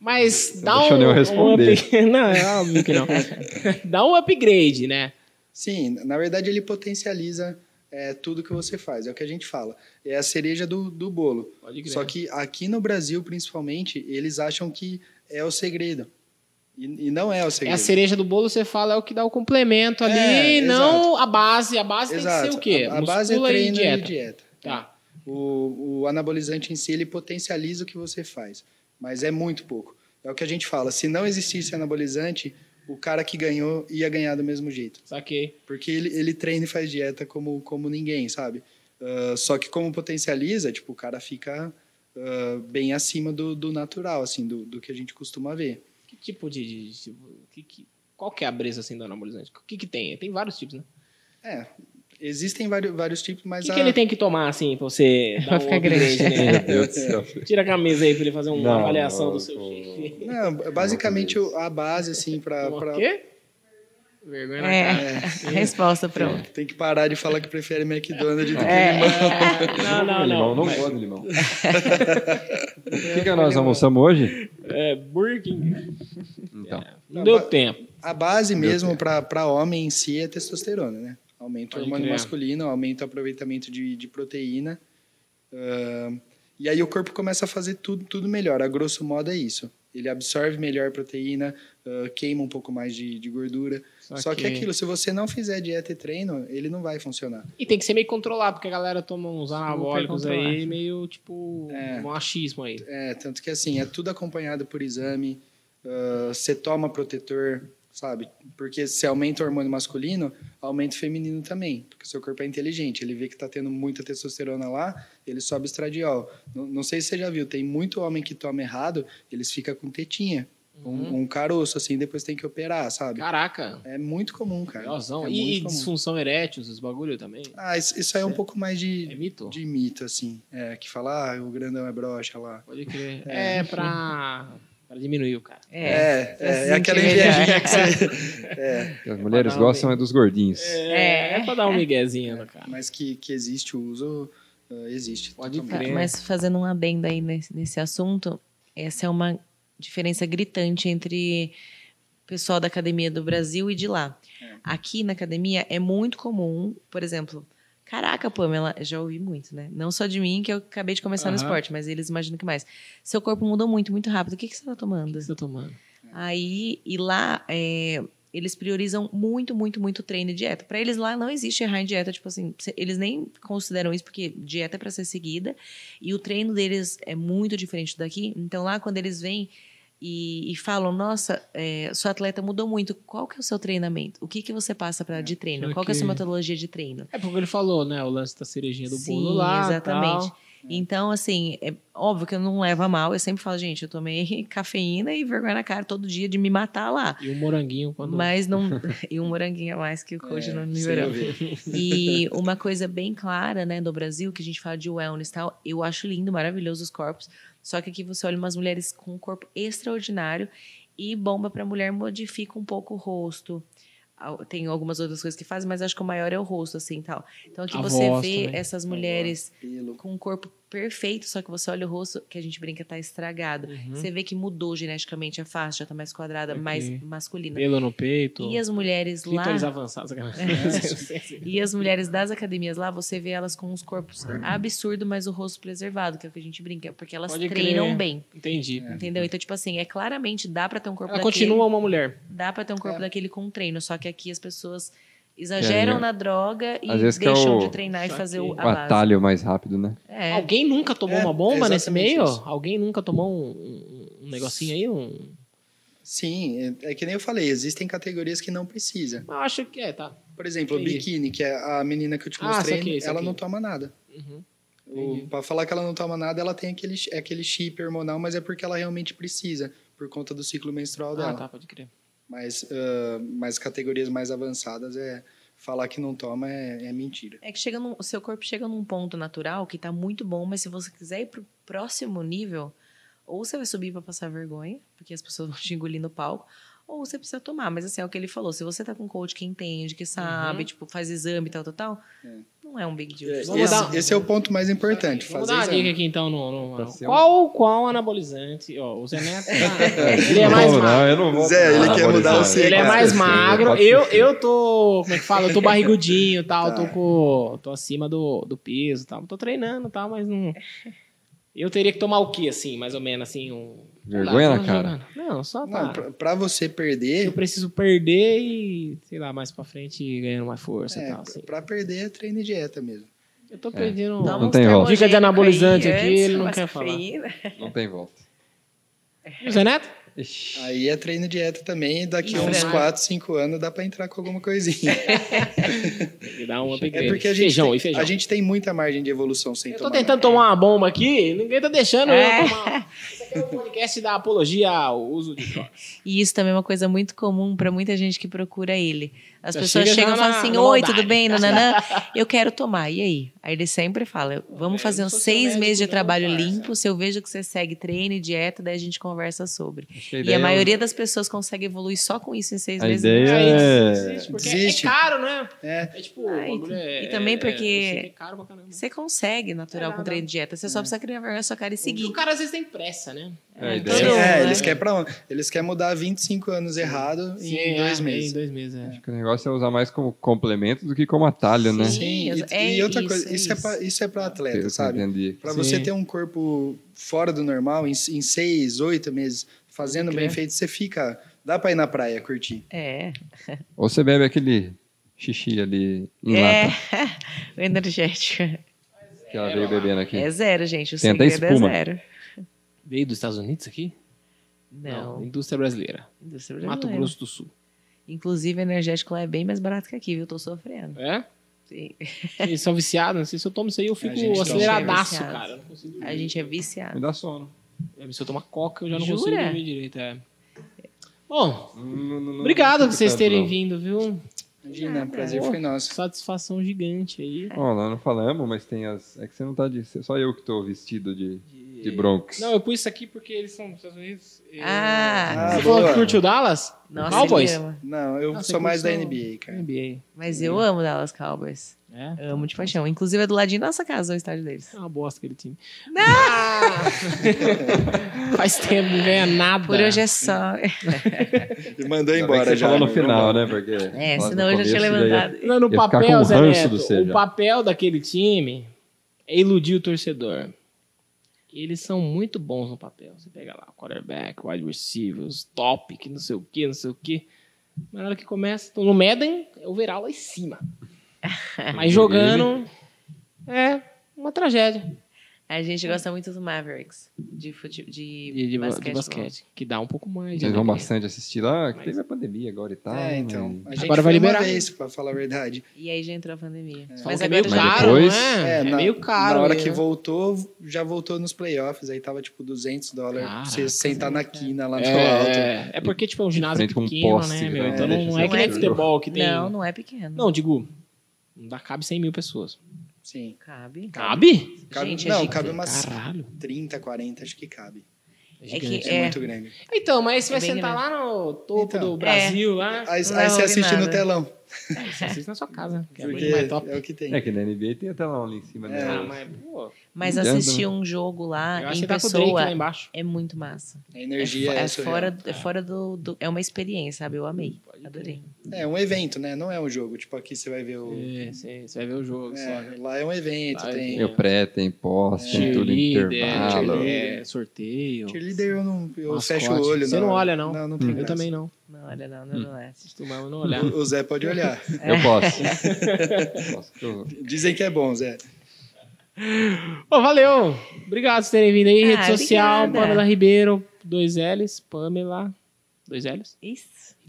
mas dá um, deixou eu responder. um up- Não, é óbvio que não. Dá um upgrade, né? Sim, na verdade ele potencializa é, tudo que você faz, é o que a gente fala. É a cereja do, do bolo. Pode crer. Só que aqui no Brasil, principalmente, eles acham que é o segredo. E, e não é o É segredo. a cereja do bolo, você fala, é o que dá o complemento ali, É, e não a base. A base tem que ser o quê? A, a base é Muscula treino e e dieta. dieta. Tá. O, o anabolizante em si, ele potencializa o que você faz, mas é muito pouco. É o que a gente fala, se não existisse anabolizante, o cara que ganhou ia ganhar do mesmo jeito. Saquei. Porque ele, ele treina e faz dieta como, como ninguém, sabe? Ah, só que como potencializa, tipo, o cara fica ah, bem acima do, do natural, assim, do, do que a gente costuma ver. Que tipo de... de- de- tipo, que- que- qual que é a brisa, assim, do anabolizante? O que que tem? Tem vários tipos, né? É, existem vários, vários tipos, O mas... que, a- que ele tem que tomar, assim, pra você dar Pra um ficar upgrade grande. nele? Meu Deus do céu. Tira a camisa aí pra ele fazer uma Não, avaliação não, do seu pô. shape. Não, basicamente o- a base, assim, pra... O pra- quê? Vergonha na É, cara. a resposta pronta. Tem que parar de falar que prefere McDonald's do que É. Não, não, não. limão, não gosto de limão. O que, que nós almoçamos hoje? É, Burger King. Então, Não Não, deu ba- tempo. A base mesmo para homem em si é testosterona, né? Aumenta o Pode hormônio crer. masculino, aumenta o aproveitamento de, de proteína. ahn, e aí o corpo começa a fazer tudo, tudo melhor. A grosso modo é isso. Ele absorve melhor proteína, ah, queima um pouco mais de, de gordura. Só que é Saquei. aquilo, se você não fizer dieta e treino, ele não vai funcionar. E tem que ser meio controlado, porque a galera toma uns anabólicos aí, controlado. meio, tipo, É. um achismo aí. É, tanto que assim, é tudo acompanhado por exame, ah, você toma protetor, sabe? Porque se aumenta o hormônio masculino, aumenta o feminino também, porque o seu corpo é inteligente, ele vê que tá tendo muita testosterona lá, ele sobe o estradiol. Não, não sei se você já viu, tem muito homem que toma errado, eles ficam com tetinha, Uhum. um, um caroço assim, depois tem que operar, sabe? Caraca, É muito comum, cara. leozão. É e muito comum. disfunção erétil, esses bagulho também. Ah, isso, isso aí é um pouco mais É de, mito? de mito, assim, é, que fala, ah, o grandão é broxa lá. Pode crer. É, pra... pra diminuir o cara. É. É, é, pra se é, sentir aquela melhor. invejinha que você... o que as mulheres gostam é dos gordinhos. É, é pra dar um miguezinho no cara. mas que, que existe o uso, ah, existe. Pode Tá, crer. Mas fazendo um adendo aí nesse, nesse assunto, essa é uma diferença gritante entre o pessoal da academia do Brasil e de lá. É. Aqui na academia é muito comum, por exemplo, caraca, Pamela, já ouvi muito, né? Não só de mim, que eu acabei de começar no Aham. esporte, mas eles imaginam que mais. Seu corpo mudou muito, muito rápido. O que, que você tá tomando? você tá tomando? Aí, e lá, é, eles priorizam muito, muito, muito treino e dieta. Pra eles lá não existe errar em dieta, tipo assim, cê- eles nem consideram isso porque dieta é pra ser seguida e o treino deles é muito diferente daqui. Então lá, quando eles vêm e, e falam, nossa, é, sua atleta mudou muito, qual que é o seu treinamento? O que que você passa pra de treino? só Qual que é a sua que- metodologia de treino? É porque ele falou, né? O lance da cerejinha do Sim, bolo lá. exatamente. tal. Então, assim, é óbvio que eu não levo a mal. Eu sempre falo, gente, eu tomei cafeína e vergonha na cara todo dia de me matar lá. E o moranguinho quando. Mas não. e um moranguinho a mais que o coach É, não sem liberou. ouvir. E uma coisa bem clara, né, do Brasil, que a gente fala de wellness e tal, eu acho lindo, maravilhoso os corpos. Só que aqui você olha umas mulheres com um corpo extraordinário e bomba pra mulher modifica um pouco o rosto. Al- Tem algumas outras coisas que fazem, mas acho que o maior é o rosto, assim tal. Então aqui A você voz vê também. essas mulheres Pelo. com um corpo perfeito, só que você olha o rosto, que a gente brinca, tá estragado. Uhum. Você vê que mudou geneticamente a face, já tá mais quadrada, Ok. mais masculina. Pelo no peito. né? E as mulheres lá, É. clítoris avançados. cara. e as mulheres das academias lá, você vê elas com uns corpos absurdo, mas o rosto preservado, que é o que a gente brinca, porque elas Pode treinam crer. bem, Entendi. entendeu? Então, tipo assim, é claramente dá pra ter um corpo Ela daquele, continua uma mulher. dá para ter um corpo É. daquele com treino, só que aqui as pessoas exageram na droga e Às vezes que é deixam o- de treinar e Só fazer que- o, O a base. atalho mais rápido, né? É. Alguém nunca tomou É, uma bomba nesse exatamente meio? isso. Alguém nunca tomou um, um- um negocinho aí? Um... Sim, é, é que nem eu falei, existem categorias que não precisa. Eu acho que é, tá. Por exemplo, o Entendi. biquíni, que é a menina que eu te Ah, mostrei, saquei, ela saquei. não toma nada. Uhum. O- Entendi. Pra falar que ela não toma nada, ela tem aquele, é aquele chip hormonal, mas é porque ela realmente precisa, por conta do ciclo menstrual Ah, dela. tá, pode crer. Mas, ah, mas categorias mais avançadas é falar que não toma é, é mentira. É que chega num- o seu corpo chega num ponto natural que tá muito bom, mas se você quiser ir pro próximo nível, ou você vai subir para passar vergonha, porque as pessoas vão te engolir no palco, ou você precisa tomar. Mas assim, é o que ele falou, se você tá com um coach que entende, que sabe, Uhum. tipo, faz exame e tal, tal, tal, É. não é um big deal. Esse, Tipo, Vamos dar- esse é o ponto mais importante, Vamos fazer dar uma dica exame. aqui então no. no- Pra ser um- Qual, qual anabolizante? Ó, o Zé Neto. tá- ele é mais Não, não, magro. eu não vou Zé, né? É, ele falar, quer vou mudar o deixar. signo. Ele é Pode mais ser, magro. pode Eu, ser. eu tô. Como é que fala? Eu tô barrigudinho e tal. Tá. Tô, com, tô acima do, do peso e tal. Tô treinando e tal, mas não. Eu teria que tomar o quê, assim, mais ou menos? assim um... Vergonha Sei lá, na cara. Não, só tá. Não, pra, pra você Eu perder, preciso perder e, sei lá, mais pra frente ir ganhando mais força e é, tá, tal, assim. pra perder é treino e dieta mesmo. Eu É. tô perdendo. dá Não um uns tem volta. Dica de termogênico anabolizante aí é, aqui, antes, ele não mais quer falar. cafeína. Não tem volta. E o Zé Neto? Ixi. Aí é treino e dieta também, e daqui Não, uns né? 4, 5 anos dá pra entrar com alguma coisinha. É. Ele dá um upgrade. É porque a gente, feijão, tem, e feijão. a gente tem muita margem de evolução sem Então Eu tô tomar. tentando tomar uma bomba aqui, ninguém tá deixando eu tá É. tomar. Esse aqui é o podcast da apologia ao uso de drogas. E isso também é uma coisa muito comum pra muita gente que procura ele. As Já pessoas chega chegam já e falam na- assim: na Oi, maldade." tudo bem, nananã? Eu quero tomar. E aí? Aí ele sempre fala: velho, Vamos eu fazer não uns sou seu seis médico, meses de não, trabalho parça." limpo. Se eu vejo que você segue treino e dieta, daí a gente conversa sobre. Acho que E ideia a é- maioria das pessoas consegue evoluir só com isso em seis A meses. ideia- É. desiste, porque Desiste. é caro, né? É. É tipo, Ah, e- o bagulho é- e também é- porque- eu sei que é caro pra caramba. Você consegue natural É, com dá, treino e dieta. Você só precisa criar vergonha na sua cara e Porque O seguir. cara às vezes tem pressa, né? É, a Sim, ideia Todo- é, né? eles querem pra onde? Eles querem mudar 25 anos errado em dois é, meses. Em dois meses, é. Acho que o negócio é usar mais como complemento do que como atalho, né? Sim, Sim, e, é e outra isso, coisa, é isso é, pra, isso. isso é pra atleta, Eu sabe? entendi. Pra Sim. você ter um corpo fora do normal, em, em seis, oito meses, fazendo Pode bem crer. feito, você fica. Dá pra ir na praia curtir. É. Ou você bebe aquele xixi ali em um É. lata o energético. que ela veio bebendo aqui. É zero, gente. O Tem até segredo é espuma. zero. Veio dos Estados Unidos aqui? Não. indústria brasileira. Indústria Mato brasileira. Grosso do Sul. Inclusive, energético lá é bem mais barato que aqui, viu? Tô sofrendo. É? Sim. Eles são viciados, não sei se eu tomo isso aí, eu fico gente toma. aceleradaço, É viciado. cara. Eu não consigo A gente é viciado. Me dá sono. dormir. Se eu tomar coca, eu já não Jura? consigo dormir direito. É. Bom, Não, não, não, não obrigado fico por vocês tanto, terem não. vindo, viu? Imagina, Ah, o prazer é. foi nosso. Satisfação gigante aí. Ó, nós não falamos, mas tem as. É que você não tá de. Só eu que tô vestido de, de Bronx. Não, eu pus isso aqui porque eles são dos Estados Unidos. É, Ah, Você Ah, falou boa. que curtiu Dallas? nossa, Cowboys? ele é ama. Não, eu Nossa, sou mais da curtiu- NBA, cara. NBA. Mas eu amo Dallas Cowboys. É. Amo de paixão. Inclusive, é do ladinho da nossa casa, o estádio deles. É uma bosta aquele time. Ah! Faz tempo, não ganha nada. Por hoje é só. E Ainda mandou bem que embora você já. falou no né? final, né? Porque lá É, no senão eu já começo tinha ia- levantado. Não, no Ia ficar papel, com Zé ranço Neto, do Seja. o papel daquele time é iludir o torcedor. Eles são muito bons no papel. Você pega lá o quarterback, wide receiver, os top, que não sei o que, não sei o que. Mas na hora que começa, então, no Madden, é o Veral lá em cima. Mas jogando, é uma tragédia A gente gosta muito do Mavericks, de, fute... de, de, de- de basquete. basquete, que dá um pouco mais. Vocês né? vão bastante assistir lá, Ah, que Mas- teve a pandemia agora e tal. É, então. né? A gente Agora vai foi liberar. Uma vez, pra falar a verdade. E aí já entrou a pandemia. Falam Mas né? que é agora meio Mas já... caro, depois- não é? É, É, na- meio caro. Na hora mesmo, que né? voltou, já voltou nos playoffs. Aí tava tipo 200 dólares pra Caraca, você sentar na quina lá no alto. É, é porque, tipo, é um ginásio Frente com um pequeno, poste, né, meu? né? Então não Deixa é que nem você- futebol que tem. Não, não é pequeno. Não, digo, não dá, cabe 100 mil pessoas. Sim. Cabe. Cabe? Cabe, Gente, é não, gigante. cabe umas Caralho. 30, 40, acho que cabe. É que- gigante. É, É. muito grande. Então, mas você É vai bem sentar lá no topo Então. do Brasil, lá. Aí, Não aí ouvi é você assiste nada. no telão. Você assiste na sua casa. Que é Porque né? muito mais top. é o que tem. É que na NBA tem até lá ali em cima. né? Ah, É, mas, pô, Mas Entendo, assistir um jogo eu lá acho em que tá com o Drake pessoa lá embaixo. é muito massa. A É, energia fo- é, é surreal. fora, é fora do, do- É uma experiência, sabe? Eu amei. Adorei. É um evento, né? Não é um jogo. Tipo, aqui você vai ver o. É, sim, você vai ver o jogo só. né? É, lá é um evento, Lá é tem. Tem o pré, tem pós, tem tudo intervalo. Cheerleader, é, sorteio. Cheerleader eu não. Eu mascote. fecho o olho. Você não olha, não. Não, não tem Eu graça. também não. Não, olha, não, Hum. não, não é. Costumava não olhar. O Zé pode olhar. Eu posso. posso que eu- Dizem que é bom, Zé. Ô, valeu! Obrigado por terem vindo aí. Ah, Rede social, obrigada. Pamela Ribeiro, dois L's, Pamela, dois L's. Isso.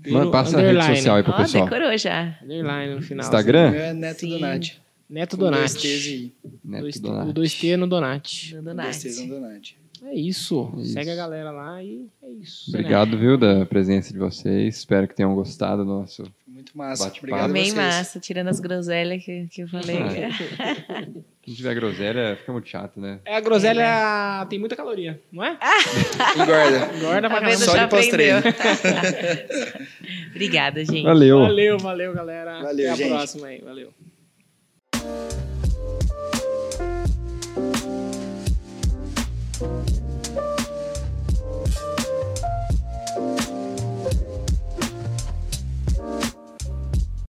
Mano, passa a rede né? Underline. social aí Ah, pro Ó, pessoal. decorou já. Underline no final. O Instagram? meu é Neto Sim. Donati. Neto Com dois Donati. T's e I. Neto Dois- Donato. O né? 2T no Donati. Dando Dois T's nice. no Donati. É isso. É isso. Segue a galera lá e é isso. Obrigado, viu, da presença de vocês. Espero que tenham gostado do nosso Muito Muito massa. Bate-papo. Obrigado a Bem vocês. massa, tirando as groselhas que, que eu falei. Quem tiver groselha, fica muito chato, né? É, a groselha tem muita caloria, não Ah, é? Engorda. Engorda pra Tá caramba. vendo? Só Já de pós-treino. aprendeu. Obrigada, gente. Valeu. Valeu, valeu, galera. Valeu, Até gente. a próxima aí. Valeu.